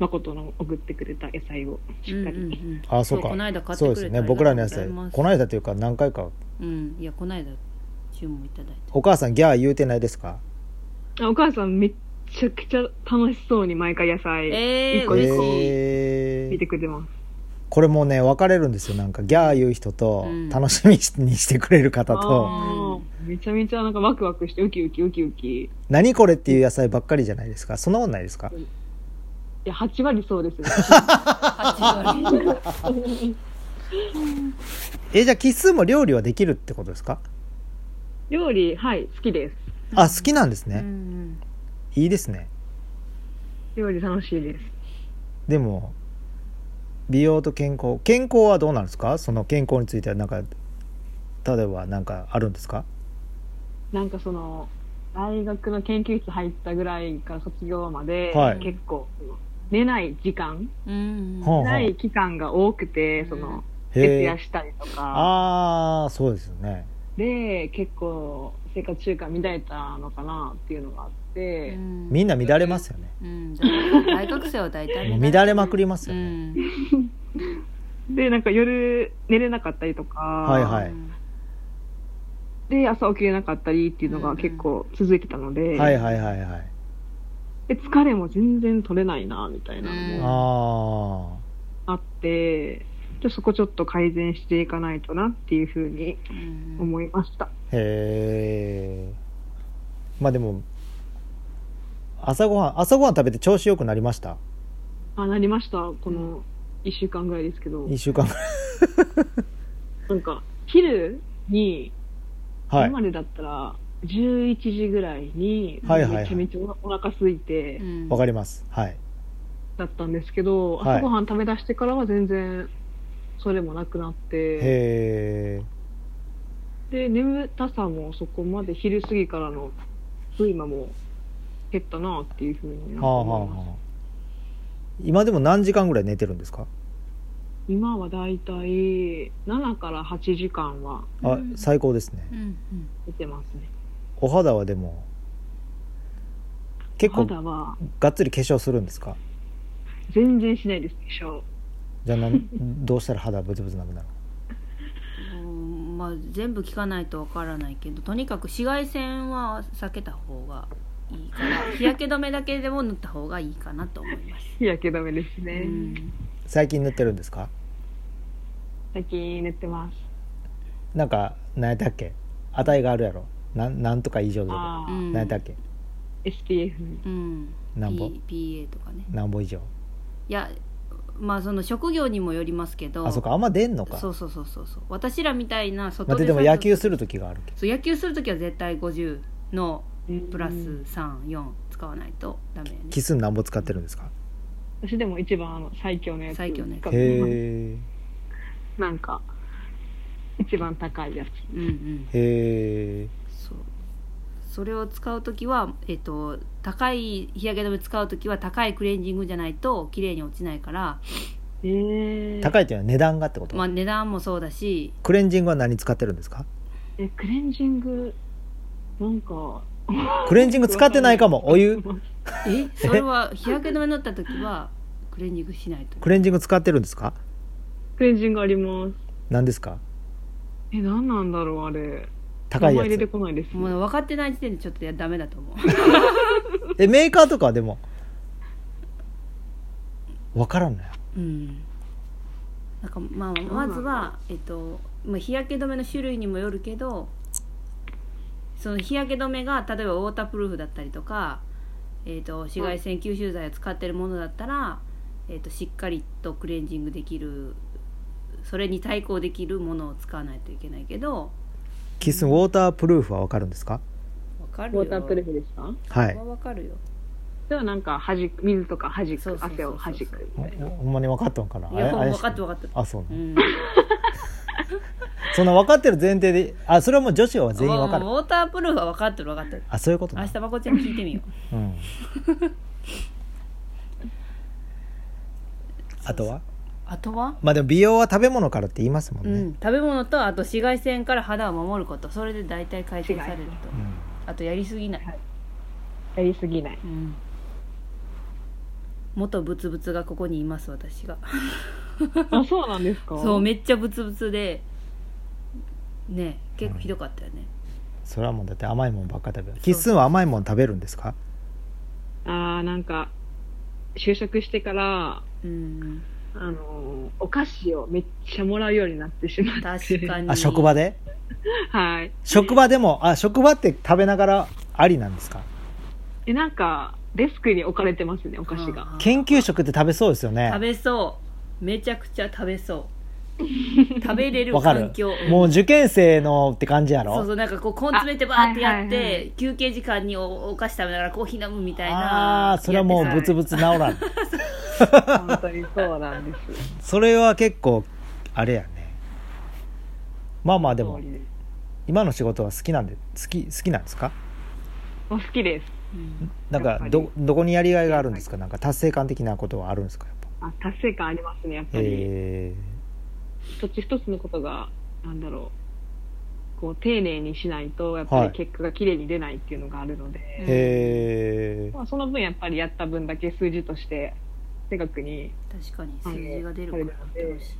[SPEAKER 3] 誠の送ってくれた野菜をしっかり、
[SPEAKER 2] うんうんうん
[SPEAKER 1] あそうか
[SPEAKER 2] この間買って
[SPEAKER 1] そう
[SPEAKER 2] くれ
[SPEAKER 1] です
[SPEAKER 2] てあ
[SPEAKER 1] ね
[SPEAKER 2] りがと
[SPEAKER 1] 僕らのやつ
[SPEAKER 2] うござ
[SPEAKER 1] で
[SPEAKER 2] います
[SPEAKER 1] この間というか何回か
[SPEAKER 2] うんいやこの間注文いただいて
[SPEAKER 1] お母さんギャー言うてないですか
[SPEAKER 3] あお母さんめっちゃくちゃ楽しそうに毎回野菜
[SPEAKER 2] えー
[SPEAKER 3] 一個一個
[SPEAKER 2] 嬉しい
[SPEAKER 1] え
[SPEAKER 3] 見
[SPEAKER 1] ー
[SPEAKER 3] てくれてます。
[SPEAKER 1] これもね分かれるんですよなんかギャー言う人と
[SPEAKER 2] うん
[SPEAKER 1] 楽しみにして くれる方と、
[SPEAKER 3] あーめちゃめちゃなんかワクワクしてウキウキウキウキ。い
[SPEAKER 1] 何これっていう野菜ばっかりじゃないですかそんなことないですか
[SPEAKER 3] や、8割そうです ね。
[SPEAKER 2] 8割
[SPEAKER 1] えじゃあ奇数も料理はできるってことですか
[SPEAKER 3] 料理、はい、好きです。
[SPEAKER 1] あ好きなんです
[SPEAKER 2] うんう
[SPEAKER 1] ね、
[SPEAKER 2] ん
[SPEAKER 1] いいですね
[SPEAKER 3] 料理楽しいです。
[SPEAKER 1] でも美容と健康健康はどうなんですかその健康についてはなんか例えばなんかあるんですか
[SPEAKER 3] なんかその、大学の研究室入ったぐらいから卒業まで、
[SPEAKER 1] はい
[SPEAKER 3] 結構、寝ない時間、
[SPEAKER 2] うん
[SPEAKER 1] はあ
[SPEAKER 3] 寝ない期間が多くて、その、徹
[SPEAKER 1] へ
[SPEAKER 3] 夜
[SPEAKER 1] え
[SPEAKER 3] したりとか、
[SPEAKER 1] ああそうですよね
[SPEAKER 3] で、結構生活習慣乱れたのかなっていうのがあって、
[SPEAKER 2] うん
[SPEAKER 1] みんな乱れますよね
[SPEAKER 2] うん大学生は大体
[SPEAKER 1] もう乱れまくりますよ
[SPEAKER 2] う
[SPEAKER 1] ね、
[SPEAKER 2] ん
[SPEAKER 3] で、なんか夜寝れなかったりとか、
[SPEAKER 1] はいはい
[SPEAKER 3] で、朝起きれなかったりっていうの
[SPEAKER 2] う
[SPEAKER 3] が
[SPEAKER 2] ん
[SPEAKER 3] 結構続いてたので、
[SPEAKER 1] はいはいはいはい
[SPEAKER 3] で疲れも全然取れないな、みたいなの
[SPEAKER 2] うん
[SPEAKER 3] も
[SPEAKER 1] ああ
[SPEAKER 3] あって、でそこちょっと改善していかないとなっていうふうに
[SPEAKER 2] うん
[SPEAKER 3] 思いました。
[SPEAKER 1] へえまあでも朝ごはん朝ごはん食べて調子よくなりました
[SPEAKER 3] あ、なりました。この1週間ぐらいですけど、
[SPEAKER 1] 1週間ぐらい
[SPEAKER 3] なんか昼に、
[SPEAKER 1] はい
[SPEAKER 3] 今までだったら11時ぐらいに、
[SPEAKER 1] はいはいはい
[SPEAKER 3] めちゃめちゃおお腹空いて
[SPEAKER 2] うん
[SPEAKER 1] わかりますはい
[SPEAKER 3] だったんですけど、
[SPEAKER 1] はい
[SPEAKER 3] 朝ごはん食べ出してからは全然それもなくなって、
[SPEAKER 1] へえ
[SPEAKER 3] で、眠たさもそこまで昼過ぎからの睡魔も減ったなっていうふうに
[SPEAKER 1] はあは
[SPEAKER 3] 思
[SPEAKER 1] あ
[SPEAKER 3] います。
[SPEAKER 1] はあ今でも何時間ぐらい寝てるんですか
[SPEAKER 3] 今はだいたい7から8時間は
[SPEAKER 1] あ
[SPEAKER 2] うん
[SPEAKER 1] 最高ですね
[SPEAKER 2] うんうん
[SPEAKER 3] 寝てますね。
[SPEAKER 1] お肌はでも結構
[SPEAKER 3] 肌は
[SPEAKER 1] がっつり化粧するんですか
[SPEAKER 3] 全然しないです、化粧。
[SPEAKER 1] じゃあなん どうしたら肌ブツブツなくなる
[SPEAKER 2] うんまあ全部聞かないとわからないけどとにかく紫外線は避けた方がいいかな日焼け止めだけでも塗った方がいいかなと思います、
[SPEAKER 3] 日焼け止めですね。
[SPEAKER 2] うん
[SPEAKER 1] 最近塗ってるんですか
[SPEAKER 3] 最近塗ってます。
[SPEAKER 1] なんか何やったっけ値があるやろなんなんとか以上で
[SPEAKER 3] ああ、
[SPEAKER 1] 何やったっけ
[SPEAKER 3] SPF。
[SPEAKER 2] うん
[SPEAKER 1] 何本
[SPEAKER 2] P- PA とかね
[SPEAKER 1] 何本以上
[SPEAKER 2] いやまあその職業にもよりますけど
[SPEAKER 1] あそうかあんま出んのか
[SPEAKER 2] そうそうそうそうそう私らみたいな
[SPEAKER 1] ま
[SPEAKER 2] 外
[SPEAKER 1] あ、で
[SPEAKER 2] で
[SPEAKER 1] でも野球す
[SPEAKER 2] る
[SPEAKER 1] る時があるけ
[SPEAKER 2] そう野球する時は絶対50のプラス
[SPEAKER 3] うん
[SPEAKER 2] 34使わないとダメやね
[SPEAKER 1] キス何本使ってるんですか
[SPEAKER 3] 私でも一番あの最強のやつ
[SPEAKER 2] 最強のやつ
[SPEAKER 3] 使ってます
[SPEAKER 1] へ
[SPEAKER 3] なんか一番高いやつ
[SPEAKER 2] うんうん
[SPEAKER 1] えへえ
[SPEAKER 2] そうそれを使う時は、えっと、高い日焼け止め使う時は高いクレンジングじゃないと綺麗に落ちないから、
[SPEAKER 3] えー、
[SPEAKER 1] 高いっていうのは値段がってこと、
[SPEAKER 2] まあ、値段もそうだし
[SPEAKER 1] クレンジングは何使ってるんですか
[SPEAKER 3] えクレンジングなんか
[SPEAKER 1] クレンジング使ってないかもお湯
[SPEAKER 2] えそれは日焼け止め塗った時はクレンジングしないと
[SPEAKER 1] クレンジング使ってるんですか
[SPEAKER 3] クレンジングあります
[SPEAKER 1] 何ですか
[SPEAKER 3] え何なんだろうあれ
[SPEAKER 1] 高いや
[SPEAKER 3] 名前出て
[SPEAKER 1] つ
[SPEAKER 3] こないです、
[SPEAKER 2] もう分かってない時点でちょっといやダメだと思う
[SPEAKER 1] えメーカーとかはでも分からんのよ
[SPEAKER 2] うんなんかまあまずは、えっとまあ、日焼け止めの種類にもよるけどその日焼け止めが例えばウォータープルーフだったりとか、えっと紫外線吸収剤を使ってるものだったら、えっとしっかりとクレンジングできるそれに対抗できるものを使わないといけないけど
[SPEAKER 1] キスウォータープルーフは分かるんですか
[SPEAKER 2] わかる
[SPEAKER 3] ウ
[SPEAKER 2] よ
[SPEAKER 3] ォータープルーフでした
[SPEAKER 1] はい
[SPEAKER 2] わかるよ
[SPEAKER 3] ではなんか弾く水とか弾く
[SPEAKER 2] そうそうそうそう
[SPEAKER 3] 汗を弾くみ
[SPEAKER 1] ほ
[SPEAKER 3] たいな
[SPEAKER 1] ほんまに分かったんかない
[SPEAKER 2] や
[SPEAKER 1] あれ
[SPEAKER 2] 分かった分かった
[SPEAKER 1] あそうな
[SPEAKER 2] う
[SPEAKER 1] の、
[SPEAKER 2] ん
[SPEAKER 1] その分かってる前提であそれはもう女子は全員分か
[SPEAKER 2] ウ
[SPEAKER 1] る
[SPEAKER 2] ォータープルーフは分かってる分かってる
[SPEAKER 1] あそういうことな
[SPEAKER 2] 明日まこちゃんに聞いてみよう
[SPEAKER 1] うん、あとは
[SPEAKER 2] あとは
[SPEAKER 1] まあでも美容は食べ物からって言いますもん
[SPEAKER 2] う
[SPEAKER 1] ね、
[SPEAKER 2] ん、食べ物とあと紫外線から肌を守ることそれで大体改善されると
[SPEAKER 1] うん
[SPEAKER 2] あとやりすぎない、
[SPEAKER 3] はいやりすぎない
[SPEAKER 2] うん、元ブツブツがここにいます私が
[SPEAKER 3] あそうなんですか
[SPEAKER 2] そうめっちゃブツブツでね結構ひどかったよね、
[SPEAKER 1] それはもうだって甘いもんばっか食べるキッスンは甘いもん食べるんですか
[SPEAKER 3] あーなんか、就職してから、
[SPEAKER 2] うん、
[SPEAKER 3] あのーお菓子をめっちゃもらうようになってしまって。
[SPEAKER 2] 確かに
[SPEAKER 1] あ職場で
[SPEAKER 3] はい。
[SPEAKER 1] 職場でもあ職場って食べながらありなんですか
[SPEAKER 3] え、なんか、デスクに置かれてますね、お菓子
[SPEAKER 2] は
[SPEAKER 3] が。
[SPEAKER 2] あ
[SPEAKER 1] 研究職って食べそうですよ
[SPEAKER 2] 食
[SPEAKER 1] ね
[SPEAKER 2] べそうめちゃくちゃ食べそう 食べれる
[SPEAKER 1] わか
[SPEAKER 2] 環
[SPEAKER 1] る
[SPEAKER 2] 境
[SPEAKER 1] もう受験生のって感じやろ
[SPEAKER 2] そうそうなんかこう根詰めてバーってやって、
[SPEAKER 3] あはいはいは
[SPEAKER 2] 休憩時間におお菓子食べながらコーヒー飲むみたい
[SPEAKER 1] あ
[SPEAKER 2] な
[SPEAKER 1] あーそれはもう
[SPEAKER 2] やっ
[SPEAKER 1] ブツ
[SPEAKER 2] てさ
[SPEAKER 1] ブツ治らん
[SPEAKER 3] 本当にそうなんです。
[SPEAKER 1] それは結構あれやねまあまあ でも
[SPEAKER 3] 通りす
[SPEAKER 1] 今の仕事は好きなんで好き好きなんですか
[SPEAKER 3] お好きです。
[SPEAKER 2] うん
[SPEAKER 1] なん
[SPEAKER 3] や
[SPEAKER 1] か
[SPEAKER 3] っぱり
[SPEAKER 1] どどこにやりがいがあるんですかなんか達成感的なことはあるんですかやっぱ
[SPEAKER 3] あ達成感ありますね、やっぱり。
[SPEAKER 1] え
[SPEAKER 3] 一つ一つのことが、なんだろう。こう、丁寧にしないと、やっ
[SPEAKER 1] は
[SPEAKER 3] ぱ
[SPEAKER 1] い
[SPEAKER 3] り結果が綺麗に出ないっていうのがあるので。
[SPEAKER 1] ー、えー
[SPEAKER 3] まあ、その分やっぱりやった分だけ数字として正確に、
[SPEAKER 2] 確かに数字が出るからやってほしい、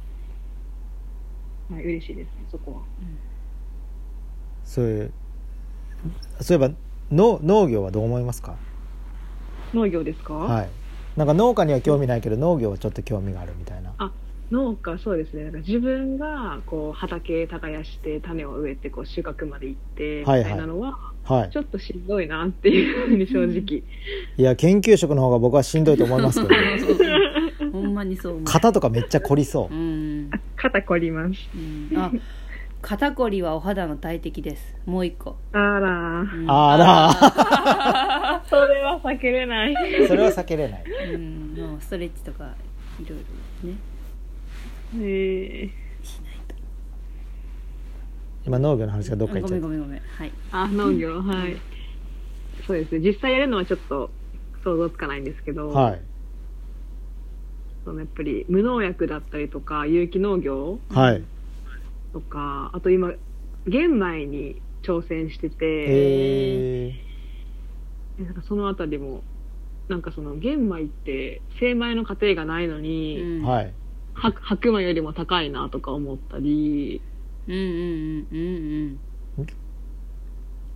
[SPEAKER 3] まあ、嬉しいですねそこは
[SPEAKER 1] そういうそういえば農農業はどう思いますか
[SPEAKER 3] 農業ですか、
[SPEAKER 1] はいなんか農家には興味ないけど農業はちょっと興味があるみたいな
[SPEAKER 3] 農家そうですねなんか自分がこう畑耕して種を植えてこう収穫まで行ってみ
[SPEAKER 1] は
[SPEAKER 3] た
[SPEAKER 1] いはい
[SPEAKER 3] いなのは、
[SPEAKER 1] はい
[SPEAKER 3] ちょっとしんどいなっていうふうに正直、
[SPEAKER 1] いや研究職の方が僕はしんどいと思いますけど
[SPEAKER 2] ほんまにそう思う
[SPEAKER 1] 肩とかめっちゃ凝りそう
[SPEAKER 2] うん、
[SPEAKER 3] 肩こります
[SPEAKER 2] うん、あ肩こりはお肌の大敵ですもう一個、
[SPEAKER 3] あら
[SPEAKER 2] うん
[SPEAKER 1] あら
[SPEAKER 3] それは避けれない
[SPEAKER 1] それは避けれない
[SPEAKER 2] うん、もうストレッチとかいろいろね
[SPEAKER 3] えー、
[SPEAKER 2] しないと
[SPEAKER 1] 今農業の話がどっか行っ
[SPEAKER 2] ご
[SPEAKER 1] ちゃ
[SPEAKER 2] め
[SPEAKER 1] っ
[SPEAKER 2] んご
[SPEAKER 1] た
[SPEAKER 2] めんごめんはい
[SPEAKER 3] あ農業はいそうですね実際やるのはちょっと想像つかないんですけど、
[SPEAKER 1] はい
[SPEAKER 3] そのやっぱり無農薬だったりとか有機農業
[SPEAKER 1] はい
[SPEAKER 3] とかあと今玄米に挑戦してて、
[SPEAKER 1] え
[SPEAKER 3] なんかそのあたりもなんかその玄米って精米の過程がないの
[SPEAKER 2] う
[SPEAKER 3] に、
[SPEAKER 1] ー、
[SPEAKER 2] ん
[SPEAKER 1] はい
[SPEAKER 3] は白米よりも高いなとか思ったり
[SPEAKER 2] うんうんうんうんうん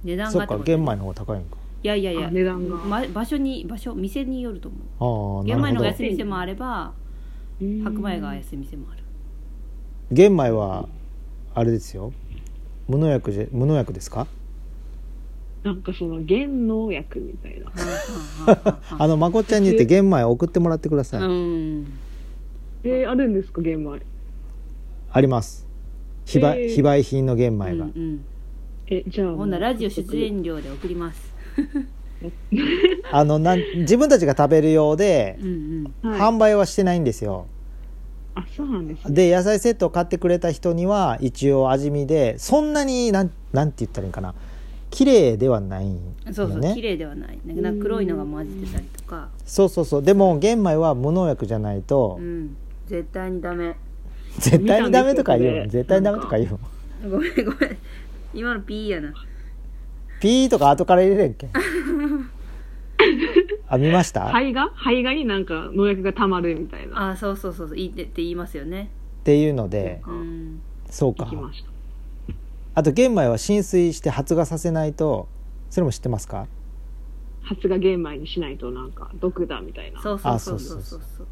[SPEAKER 2] 値段
[SPEAKER 1] そ
[SPEAKER 2] が
[SPEAKER 1] ってか
[SPEAKER 2] こと
[SPEAKER 1] 玄米の方が高いんか
[SPEAKER 2] いやいやいや
[SPEAKER 3] あ値段が
[SPEAKER 2] ま、場所に場所店によると思う
[SPEAKER 1] ああ
[SPEAKER 2] 玄
[SPEAKER 1] なる
[SPEAKER 2] 米
[SPEAKER 1] ほ
[SPEAKER 2] の方が
[SPEAKER 1] ど
[SPEAKER 2] 安い店もあれば白米が
[SPEAKER 3] うん
[SPEAKER 2] 安い店もある
[SPEAKER 1] 玄米はあれですよ無農薬じ無農薬ですか
[SPEAKER 3] なんかその玄農薬みたいな
[SPEAKER 1] あのまこっちゃんに言って玄米送ってもらってください、
[SPEAKER 2] うん
[SPEAKER 3] えーあるんですか玄米
[SPEAKER 1] あります非売,、
[SPEAKER 3] えー
[SPEAKER 1] 非売品の玄
[SPEAKER 2] う
[SPEAKER 1] 米
[SPEAKER 2] んう
[SPEAKER 1] が、
[SPEAKER 2] ん
[SPEAKER 3] えじゃあ
[SPEAKER 2] ほんならラジオ出演料で送ります
[SPEAKER 1] あのなん自分たちが食べる用で
[SPEAKER 2] う、ん
[SPEAKER 3] はい、
[SPEAKER 1] 販売はしてないんですよ
[SPEAKER 3] あそうなんですね
[SPEAKER 1] で野菜セットを買ってくれた人には一応味見でそんなになんなんて言ったらいいんかな綺麗ではないん
[SPEAKER 2] う
[SPEAKER 1] よ
[SPEAKER 2] んそうそう
[SPEAKER 1] ね
[SPEAKER 2] 綺麗ではないなんかなんか黒いのが混じってたりとか
[SPEAKER 1] そうそうそうでも玄米は無農薬じゃないと、
[SPEAKER 2] うん絶対にダメ
[SPEAKER 1] 絶対にダメとか言うの
[SPEAKER 3] 見たんですよ
[SPEAKER 1] 絶対にダメとか言うの
[SPEAKER 2] ごめんごめん今のピーやな
[SPEAKER 1] ピーとか後から入れれん けんあ見ました、
[SPEAKER 3] 肺が肺がになんか農薬がたまるみたいな
[SPEAKER 2] あそうそうそうそういいってって言いますよね
[SPEAKER 1] っていうので
[SPEAKER 2] うん
[SPEAKER 1] そう
[SPEAKER 3] 聞
[SPEAKER 1] か
[SPEAKER 3] きました
[SPEAKER 1] あと玄米は浸水して発芽させないとそれも知ってますか
[SPEAKER 3] 発芽玄米にしないとなんか毒だみたいな
[SPEAKER 2] そうそう
[SPEAKER 1] あ
[SPEAKER 2] そ
[SPEAKER 1] そう
[SPEAKER 2] う
[SPEAKER 1] そ
[SPEAKER 2] そうう
[SPEAKER 1] そ
[SPEAKER 2] そうう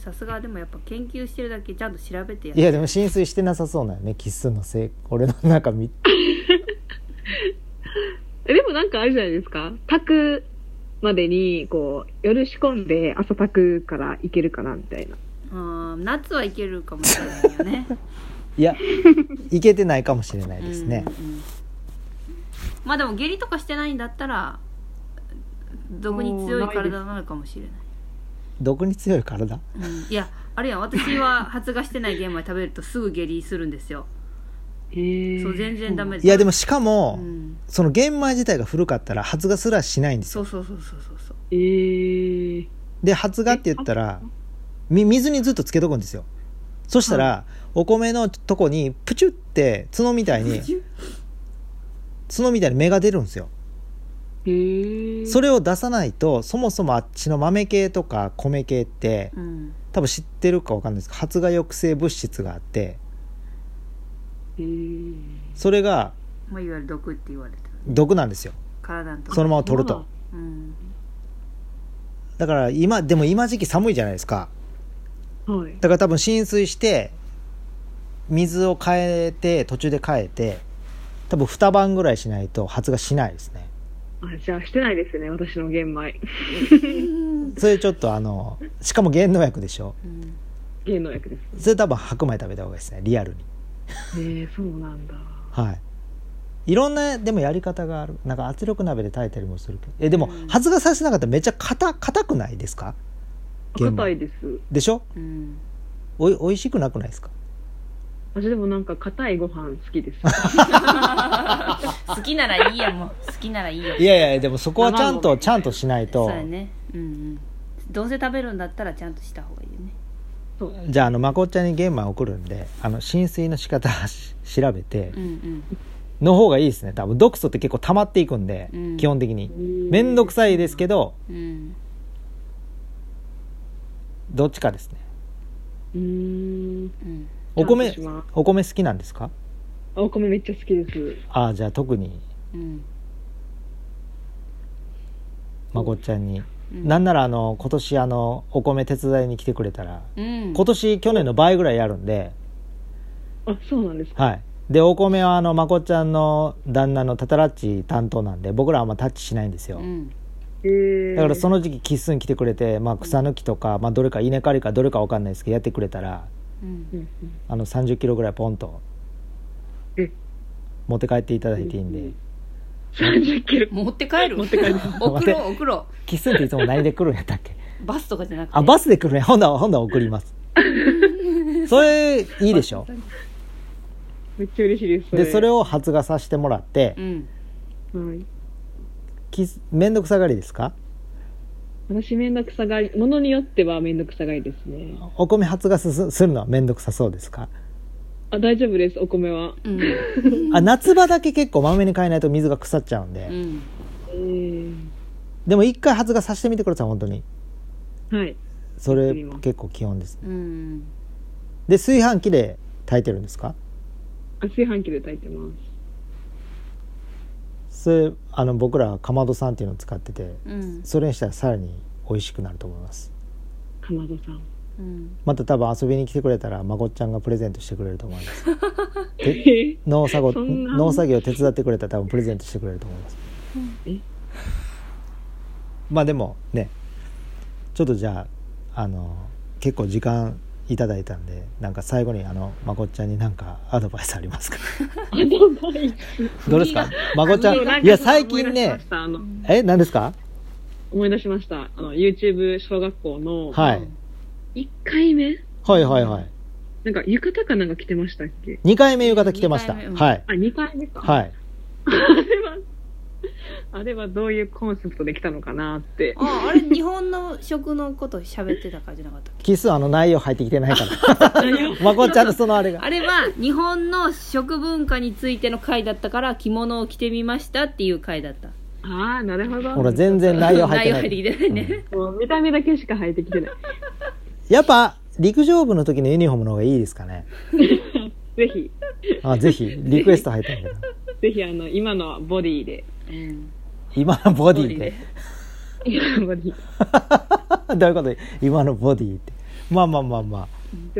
[SPEAKER 2] さすがでもやっぱ研究してるだけちゃんと調べてや
[SPEAKER 1] いやでも浸水してなさそうなんよねキッスンのせい俺の中見
[SPEAKER 3] えでもなんかあるじゃないですか炊くまでにこう夜仕込んで朝炊くからいけるかなみたいな
[SPEAKER 2] あー夏はいけるかもしれないよ ね
[SPEAKER 1] いやいけてないかもしれないですね、
[SPEAKER 2] うんうんうんまあでも下痢とかしてないんだったら毒に強い体なのかもしれない
[SPEAKER 1] 毒に強い体
[SPEAKER 2] うん、いやあれやん私は発芽してない玄米食べるとすぐ下痢するんですよ
[SPEAKER 3] へ
[SPEAKER 2] そう全然ダメです
[SPEAKER 1] いやでもしかも、
[SPEAKER 2] うん、
[SPEAKER 1] その玄米自体が古かったら発芽すらしないんです
[SPEAKER 2] そ
[SPEAKER 1] よ
[SPEAKER 2] うそうそうそうそうそう
[SPEAKER 3] えー、
[SPEAKER 1] で発芽って言ったらみ水にずっとつけとくんですよそしたら、お米のとこにプチュって角みたいに角みたいに芽が出るんですよ
[SPEAKER 3] えー、
[SPEAKER 1] そ
[SPEAKER 3] れ
[SPEAKER 1] れを出さないとそもそもあっちの豆系とか米系って
[SPEAKER 2] うん
[SPEAKER 1] 多分知ってるかわかんないですけど発芽抑制物質があって
[SPEAKER 3] えー、
[SPEAKER 1] それが
[SPEAKER 2] まあ、いわゆる毒って言われてる
[SPEAKER 1] 毒なんですよ
[SPEAKER 2] 体のとこ
[SPEAKER 1] そのまま取ると
[SPEAKER 2] うん
[SPEAKER 1] だから今でも今時期寒いじゃないですか
[SPEAKER 3] はい。
[SPEAKER 1] だから多分浸水して水を変えて途中で変えて多分二晩ぐらいしないと発芽しないですね
[SPEAKER 3] あじゃあしてないですね、私の玄米。
[SPEAKER 1] それちょっとあのしかも減農薬でしょ
[SPEAKER 2] うん
[SPEAKER 3] 芸能薬です。
[SPEAKER 1] それ多分白米食べた方がいいですねリアルに
[SPEAKER 3] ええそうなんだ。
[SPEAKER 1] はいいろんなでもやり方があるなんか圧力鍋で炊いたりもするけどえでも
[SPEAKER 2] うん
[SPEAKER 1] 発芽させなかったらめっちゃ硬硬くないですか玄米
[SPEAKER 3] 硬いです。
[SPEAKER 1] でしょ
[SPEAKER 2] うん
[SPEAKER 1] おいおいしくなくないですか
[SPEAKER 3] 私でもなんか硬いご飯好 きです。
[SPEAKER 2] 好きならいいやもう好きならいいよ
[SPEAKER 1] いやいやでもそこはちゃん
[SPEAKER 3] 生ご
[SPEAKER 1] と
[SPEAKER 3] み
[SPEAKER 1] ちゃんとしない
[SPEAKER 2] そ
[SPEAKER 1] と
[SPEAKER 2] うやねうんうんどうせ食べるんだったらちゃんとした方がいいよね
[SPEAKER 3] そう。
[SPEAKER 1] じゃああのまこっちゃんに玄米送るんであの浸水の仕方調べて
[SPEAKER 2] うん
[SPEAKER 1] の方がいいですね多分毒素って結構溜まっていくんで、
[SPEAKER 2] うん
[SPEAKER 1] 基本的に面倒くさいですけど
[SPEAKER 2] うんうん
[SPEAKER 1] どっちかですね
[SPEAKER 3] うーん。
[SPEAKER 2] うん
[SPEAKER 1] お米
[SPEAKER 3] ちゃんとします
[SPEAKER 1] お米好きなんですか
[SPEAKER 3] あお米めっちゃ好きです。
[SPEAKER 1] ああじゃあ特に
[SPEAKER 2] うん
[SPEAKER 1] まこっちゃんに、
[SPEAKER 2] うん
[SPEAKER 1] なんならあの今年あのお米手伝いに来てくれたら
[SPEAKER 2] うん
[SPEAKER 1] 今年去年の倍ぐらいやるんで
[SPEAKER 3] あ、そうなんですか。
[SPEAKER 1] はいでお米はあのまこっちゃんの旦那のタタラッチ担当なんで僕らはあんまタッチしないんですよ、
[SPEAKER 2] うん
[SPEAKER 3] ええ
[SPEAKER 1] だからその時期キッスン来てくれて、まあ、草抜きとか、まあ、どれか稲刈りかどれかわかんないですけどやってくれたら
[SPEAKER 2] うん
[SPEAKER 3] うんうん
[SPEAKER 1] あの30キロぐらいポンと
[SPEAKER 3] え
[SPEAKER 1] 持って帰っていただいていいんで、
[SPEAKER 3] うん30キロ。
[SPEAKER 2] 持って帰る持って帰る 送ろう送ろ
[SPEAKER 1] キッスンっていつも何で来るんやったっけ
[SPEAKER 2] うバスとかじゃなくて
[SPEAKER 1] あバスで来るねほんならほんなら送ります それいいでしょ
[SPEAKER 3] めっちゃ嬉しいです。
[SPEAKER 1] でそれ
[SPEAKER 3] を。
[SPEAKER 1] を発芽させてもらって
[SPEAKER 2] うん
[SPEAKER 3] はい。
[SPEAKER 1] キス面倒くさがりですか
[SPEAKER 3] 私めんどくさがり、ものによってはめんどくさがりですね。
[SPEAKER 1] お米発芽すすするのは面倒くさそうですか
[SPEAKER 3] あ、大丈夫です、お米は。
[SPEAKER 2] うん
[SPEAKER 1] あ夏場だけ結構まめに変えないと水が腐っちゃうんで、
[SPEAKER 2] うん
[SPEAKER 3] えー、
[SPEAKER 1] でも一回発芽させてみてください本当に
[SPEAKER 3] はい。
[SPEAKER 1] それ
[SPEAKER 3] 作ります
[SPEAKER 1] 結構基本ですね
[SPEAKER 2] うん
[SPEAKER 1] で炊飯器で炊いてるんですか
[SPEAKER 3] あ炊飯器で炊いてます。
[SPEAKER 1] それあの僕らかまどさんっていうのを使ってて
[SPEAKER 2] うん
[SPEAKER 1] それにしたらさらに美味しくなると思います
[SPEAKER 3] かまどさん。
[SPEAKER 2] うん
[SPEAKER 1] また多分遊びに来てくれたらまこっちゃんがプレゼントしてくれると思います
[SPEAKER 3] え
[SPEAKER 1] 農作業
[SPEAKER 3] そんな
[SPEAKER 1] 農作業手伝ってくれたら多分プレゼントしてくれると思います
[SPEAKER 3] え
[SPEAKER 1] まあでもねちょっとじゃああの結構時間いただいたんでなんか最後にあのまこっちゃんになんかアドバイスありますかどうですかまこっちゃ
[SPEAKER 3] でもなん
[SPEAKER 1] ん
[SPEAKER 3] か
[SPEAKER 1] いや最近
[SPEAKER 3] 思い出しま
[SPEAKER 1] ね
[SPEAKER 3] したあの
[SPEAKER 1] え何ですか
[SPEAKER 3] 思い出しました。あの、YouTube 小学校の、
[SPEAKER 1] はい
[SPEAKER 3] 1回目
[SPEAKER 1] はいはいはい
[SPEAKER 3] なんか浴衣かなんか着てましたっけ
[SPEAKER 1] 2回目浴衣着てました
[SPEAKER 2] 二回目うん
[SPEAKER 1] はい
[SPEAKER 3] あ、2回目か。
[SPEAKER 1] はい
[SPEAKER 3] あれは、あれはどういうコンセプトで来たのかなって。
[SPEAKER 2] ああれ日本の食のこと喋ってた感じなかったっけ
[SPEAKER 1] キスあの内容入ってきてないからまこっちゃんのそのあれが
[SPEAKER 2] あれは日本の食文化についての回だったから着物を着てみましたっていう回だった
[SPEAKER 3] ああ、なるほど。
[SPEAKER 1] ほら全然内容入ってない
[SPEAKER 2] 内容入ってきてないね
[SPEAKER 3] もう見た目だけしか入ってきてない。
[SPEAKER 1] やっぱ陸上部の時のユニフォームの方がいいですか ね
[SPEAKER 3] ぜひ、
[SPEAKER 1] あぜひリクエスト入ったんだけど
[SPEAKER 3] ぜひあの、今のボディで。
[SPEAKER 2] うん
[SPEAKER 1] 今のボディで
[SPEAKER 3] 今のボディ。
[SPEAKER 1] どういうこと今のボディってまあまあまあまあ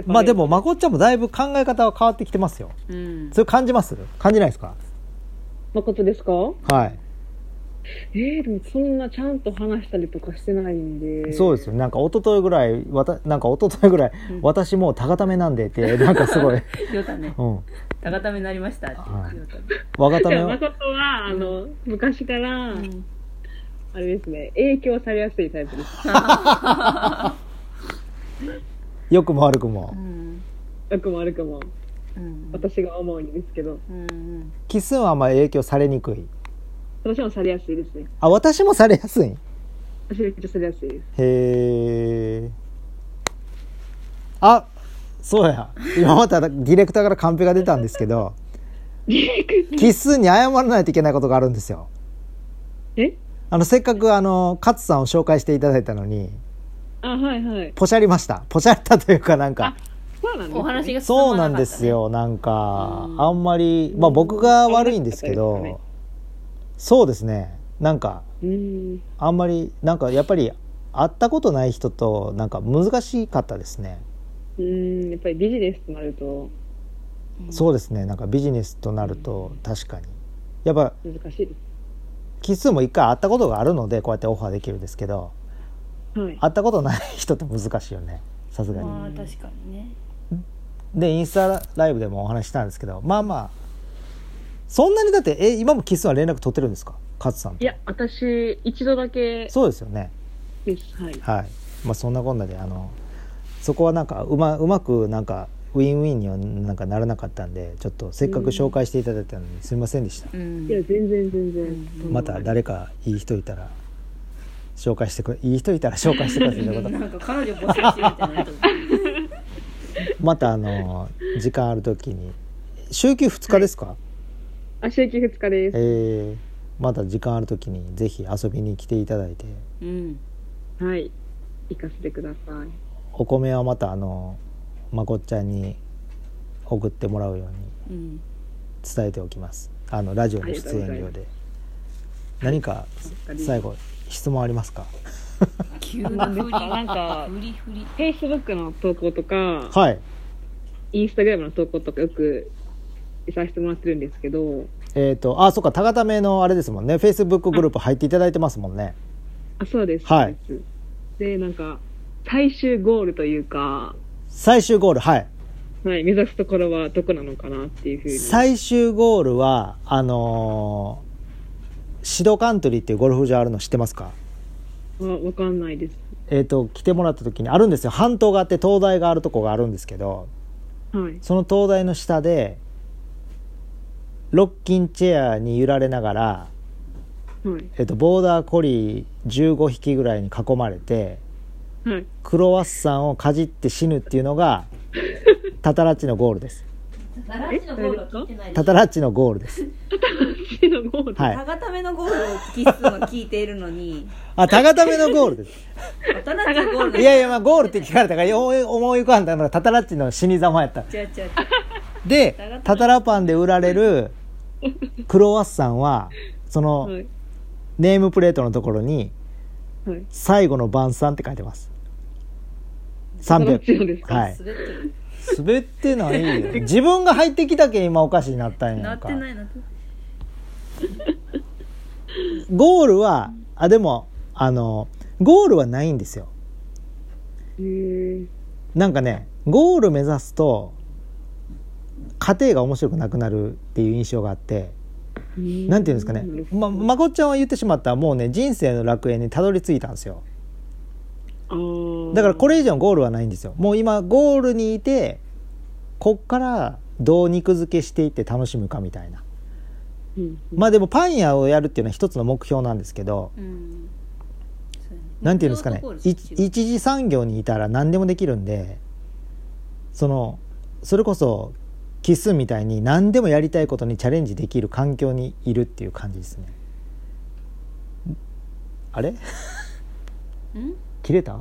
[SPEAKER 1] まあでもまこっちゃんもだいぶ考え方は変わってきてますよ
[SPEAKER 2] うん
[SPEAKER 1] それ感じます感じないですか
[SPEAKER 3] 誠ですか
[SPEAKER 1] はい、
[SPEAKER 3] えー、でもそんなちゃんと話したりとかしてないんで。
[SPEAKER 1] そうですよなんか一昨日ぐらいわたなんか一昨日ぐらい、私もう高ためなんでってなんかすご い
[SPEAKER 2] よたね
[SPEAKER 1] うん
[SPEAKER 2] 高ためになりましたって
[SPEAKER 1] はい
[SPEAKER 2] よたね
[SPEAKER 1] わがた
[SPEAKER 3] い
[SPEAKER 1] め
[SPEAKER 3] や、
[SPEAKER 1] は
[SPEAKER 3] 誠は、あの、昔から、
[SPEAKER 2] うん
[SPEAKER 3] あれですね、影響されやすいタイプです。
[SPEAKER 1] 良くも悪くも
[SPEAKER 2] うん
[SPEAKER 3] 悪くも悪くも、
[SPEAKER 2] うん
[SPEAKER 3] 私が思うにですけど、
[SPEAKER 2] うん
[SPEAKER 1] キスンはあんま影響されにくい
[SPEAKER 3] 私もされやすいですね。
[SPEAKER 1] あ私もされやすい
[SPEAKER 3] 私めっちゃされやすいです。
[SPEAKER 1] へえあそうや今またディレクターからカンペが出たんですけどキスに謝らないといけないことがあるんですよ
[SPEAKER 3] え
[SPEAKER 1] あのせっかくあの勝さんを紹介していただいたのに
[SPEAKER 3] あ、はいはい。
[SPEAKER 1] ポシャりましたポシャったというかなんか
[SPEAKER 3] そそうなんです、ね、
[SPEAKER 2] お話が進
[SPEAKER 1] そう
[SPEAKER 2] ま
[SPEAKER 1] な
[SPEAKER 2] かったね
[SPEAKER 1] んですよなんか、
[SPEAKER 2] うん
[SPEAKER 1] あんまり、まあ、僕が悪いんですけど、
[SPEAKER 3] うん
[SPEAKER 1] そうですねなんか
[SPEAKER 3] うん
[SPEAKER 1] あんまりなんかやっぱり会ったことない人となんか難しかったですね、
[SPEAKER 3] うんやっぱりビジネスとなると
[SPEAKER 2] うん
[SPEAKER 1] そうですねなんかビジネスとなると確かにやっぱ
[SPEAKER 3] 難しいで
[SPEAKER 1] 奇数も一回会ったことがあるのでこうやってオファーできるんですけど
[SPEAKER 3] すはい
[SPEAKER 1] 会ったことない人って難しいよねさすがに
[SPEAKER 2] まあ確かにね
[SPEAKER 1] でインスタライブでもお話ししたんですけどまあまあそんなにだってえ今も奇数は連絡取ってるんですか勝さんと
[SPEAKER 3] いや私一度だけ
[SPEAKER 1] そうですよね
[SPEAKER 3] ですはい
[SPEAKER 1] はいまあそんなこんなであのそこはなんかうまうまくなんかウィンウィンにはなんかならなかったんでちょっとせっかく紹介していただいたのにすみませんでした、
[SPEAKER 2] うん
[SPEAKER 3] いや全然全然
[SPEAKER 2] うん
[SPEAKER 1] また誰かいい人いたら紹介してくれいい人いたら 紹介してくださいってこと
[SPEAKER 2] なんか彼女募集してるみたいになってる
[SPEAKER 1] またあの時間ある時に週休2日ですか、
[SPEAKER 3] あ週休2日です
[SPEAKER 1] えーまた時間ある時にぜひ遊びに来ていただいて
[SPEAKER 2] うん
[SPEAKER 3] はい。行かせてください。
[SPEAKER 1] お米はまたあのまこっちゃんに送ってもらうように
[SPEAKER 2] うん
[SPEAKER 1] 伝えておきますあのラジオの出演
[SPEAKER 3] ありがとう
[SPEAKER 1] 料
[SPEAKER 3] ござ
[SPEAKER 1] で何か最後質問ありますか
[SPEAKER 2] 急な振り
[SPEAKER 3] なん か
[SPEAKER 2] 振り振り
[SPEAKER 3] Facebook の投稿とか、
[SPEAKER 1] はい
[SPEAKER 3] インスタグラムの投稿とかよくさせてもらってるんですけど、
[SPEAKER 1] えっ、とあそっか高田目のあれですもんねフェイスブックグループ入っていただいてますもんね
[SPEAKER 3] あ、そうです。
[SPEAKER 1] はい
[SPEAKER 3] そうです。で、なんか、最終ゴールというか、
[SPEAKER 1] 最終ゴールはい
[SPEAKER 3] はい、目指すところはどこなのかなっていうふうに。
[SPEAKER 1] 最終ゴールはあのーシドカントリーっていうゴルフ場あるの知ってますか
[SPEAKER 3] あわかんないです。
[SPEAKER 1] えっ、と来てもらった時にあるんですよ半島があって灯台があるとこがあるんですけど
[SPEAKER 3] はい。
[SPEAKER 1] その灯台の下でロッキンチェアに揺られながら、
[SPEAKER 3] はい。
[SPEAKER 1] えっとボーダーコリー15匹ぐらいに囲まれて
[SPEAKER 3] はい。
[SPEAKER 1] クロワッサンをかじって死ぬっていうの がタタラッチのゴールです
[SPEAKER 2] タタラッチのゴールは聞いてないで
[SPEAKER 1] タ
[SPEAKER 2] す
[SPEAKER 1] タラッチのゴールです
[SPEAKER 3] 私のゴール。
[SPEAKER 1] はい
[SPEAKER 2] タガタメのゴールをキッスは聞いているのに
[SPEAKER 1] あタガタメのゴールです
[SPEAKER 2] タラッチのゴール
[SPEAKER 1] いやいや、まあ、ゴールって聞かれたから、よう思い浮かんだのが、タタラッチの死にざまやった。
[SPEAKER 2] 違う違う違う
[SPEAKER 1] で、タタラパンで売られるクロワッサンは、そ
[SPEAKER 3] は
[SPEAKER 1] の
[SPEAKER 3] い。
[SPEAKER 1] ネームプレートのところに、
[SPEAKER 3] はい。
[SPEAKER 1] 最後の晩餐って書いてます。
[SPEAKER 3] タタラッチので
[SPEAKER 1] 300
[SPEAKER 3] す。か
[SPEAKER 1] はい。
[SPEAKER 2] 滑ってる
[SPEAKER 1] 滑ってないよ。自分が入ってきたけん今おかしになったん
[SPEAKER 2] な
[SPEAKER 1] やん
[SPEAKER 2] っ
[SPEAKER 1] か
[SPEAKER 2] て。ないなってない
[SPEAKER 1] ゴールは、あ、でも、あの、ゴールはないんですよ。
[SPEAKER 3] へー
[SPEAKER 1] なんかね、ゴール目指すと、家庭が面白くなくなるっていう印象があって、
[SPEAKER 3] うん
[SPEAKER 1] なんていうんですかね
[SPEAKER 3] る、ほど
[SPEAKER 1] ま、まこっちゃんは言ってしまったもうね人生の楽園にたどり着いたんですよ
[SPEAKER 3] あー
[SPEAKER 1] だからこれ以上のゴールはないんですよもう今ゴールにいてこっからどう肉付けしていって楽しむかみたいな
[SPEAKER 3] うん
[SPEAKER 1] まあでもパン屋をやるっていうのは一つの目標なんですけど
[SPEAKER 2] うんそうやね
[SPEAKER 1] なんていうんですかね
[SPEAKER 2] ゴール
[SPEAKER 1] い
[SPEAKER 2] とゴール違う
[SPEAKER 1] 一次産業にいたら何でもできるんでそのそれこそキスみたいに何でもやりたいことにチャレンジできる環境にいるっていう感じですねあれ
[SPEAKER 2] ん
[SPEAKER 1] 切れた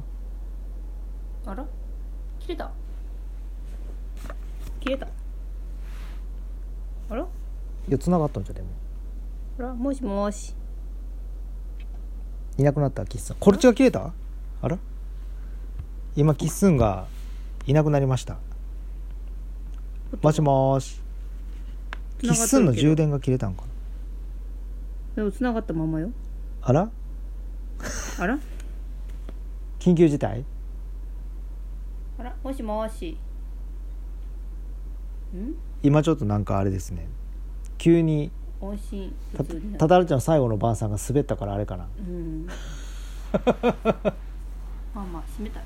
[SPEAKER 2] あら切れた切れたあら
[SPEAKER 1] いや繋がったんじゃでも
[SPEAKER 2] あらもしもし
[SPEAKER 1] いなくなったキッスンこっちが切れたあら今キッスンがいなくなりましたもしもーしキッスンの充電が切れたんかな
[SPEAKER 2] でも繋がったままよ
[SPEAKER 1] あら
[SPEAKER 2] あら
[SPEAKER 1] 緊急事態
[SPEAKER 2] あらもしもしん
[SPEAKER 1] 今ちょっとなんかあれですね急に
[SPEAKER 2] 音信
[SPEAKER 1] た
[SPEAKER 2] 不通にな
[SPEAKER 1] た
[SPEAKER 2] る
[SPEAKER 1] たるちゃんの最後の晩さんが滑ったからあれかな
[SPEAKER 2] うん まあまあ閉めた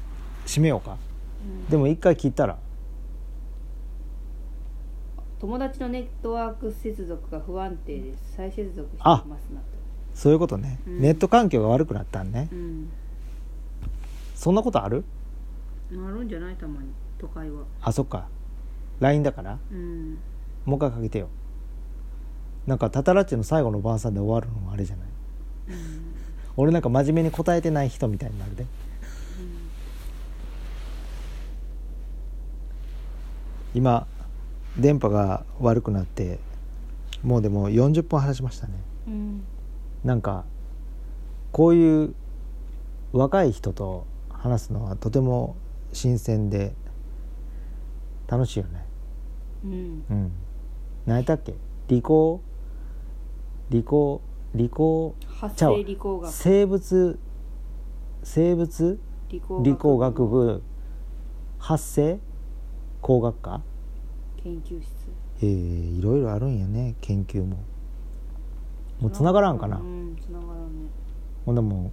[SPEAKER 1] 閉めようか
[SPEAKER 2] うん
[SPEAKER 1] でも一回切ったら
[SPEAKER 2] 友達のネットワーク接続が不安定です再接続してい
[SPEAKER 1] あ
[SPEAKER 2] ますなと
[SPEAKER 1] そういうことね、
[SPEAKER 2] うん
[SPEAKER 1] ネット環境が悪くなったんね
[SPEAKER 2] うん
[SPEAKER 1] そんなことある
[SPEAKER 2] なるんじゃないたまに都会は
[SPEAKER 1] あそっか LINE だから
[SPEAKER 2] うん
[SPEAKER 1] もう一回かけてよなんかタタラッチの最後の晩餐で終わるのもあれじゃない俺なんか真面目に答えてない人みたいになるで今電波が悪くなってもうでも40分話しましたね
[SPEAKER 2] うん
[SPEAKER 1] なんかこういう若い人と話すのはとても新鮮で楽しいよね
[SPEAKER 2] うん
[SPEAKER 1] うん何やったっけ理工理工理工
[SPEAKER 2] 発
[SPEAKER 1] ちゃうわ
[SPEAKER 2] 生理工学
[SPEAKER 1] 生物生物
[SPEAKER 2] 理工学
[SPEAKER 1] 理工学部発生工学科
[SPEAKER 2] 研究室
[SPEAKER 1] えー、いろいろあるんやね研究ももうつながらんかな、
[SPEAKER 2] うんつながらんね
[SPEAKER 1] ほんならもう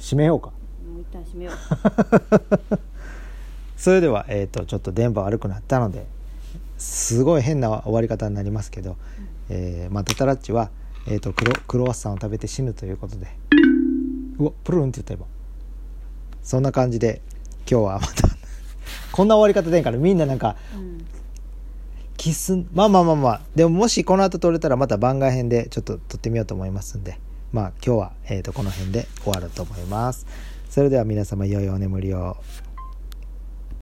[SPEAKER 1] 閉めようか
[SPEAKER 2] もう一旦閉めよう
[SPEAKER 1] それでは、えー、とちょっと電波悪くなったのですごい変な終わり方になりますけど、えーまあ、ドタラッチは、えー、とクロクロワッサンを食べて死ぬということでうわプルンって言った今そんな感じで今日はまた こんな終わり方でんからみんななんか
[SPEAKER 2] うん
[SPEAKER 1] キスまあまあまあまあでももしこの後撮れたらまた番外編でちょっと撮ってみようと思いますんでまあ今日は、えー、とこの辺で終わろうと思いますそれでは皆様良いお眠りを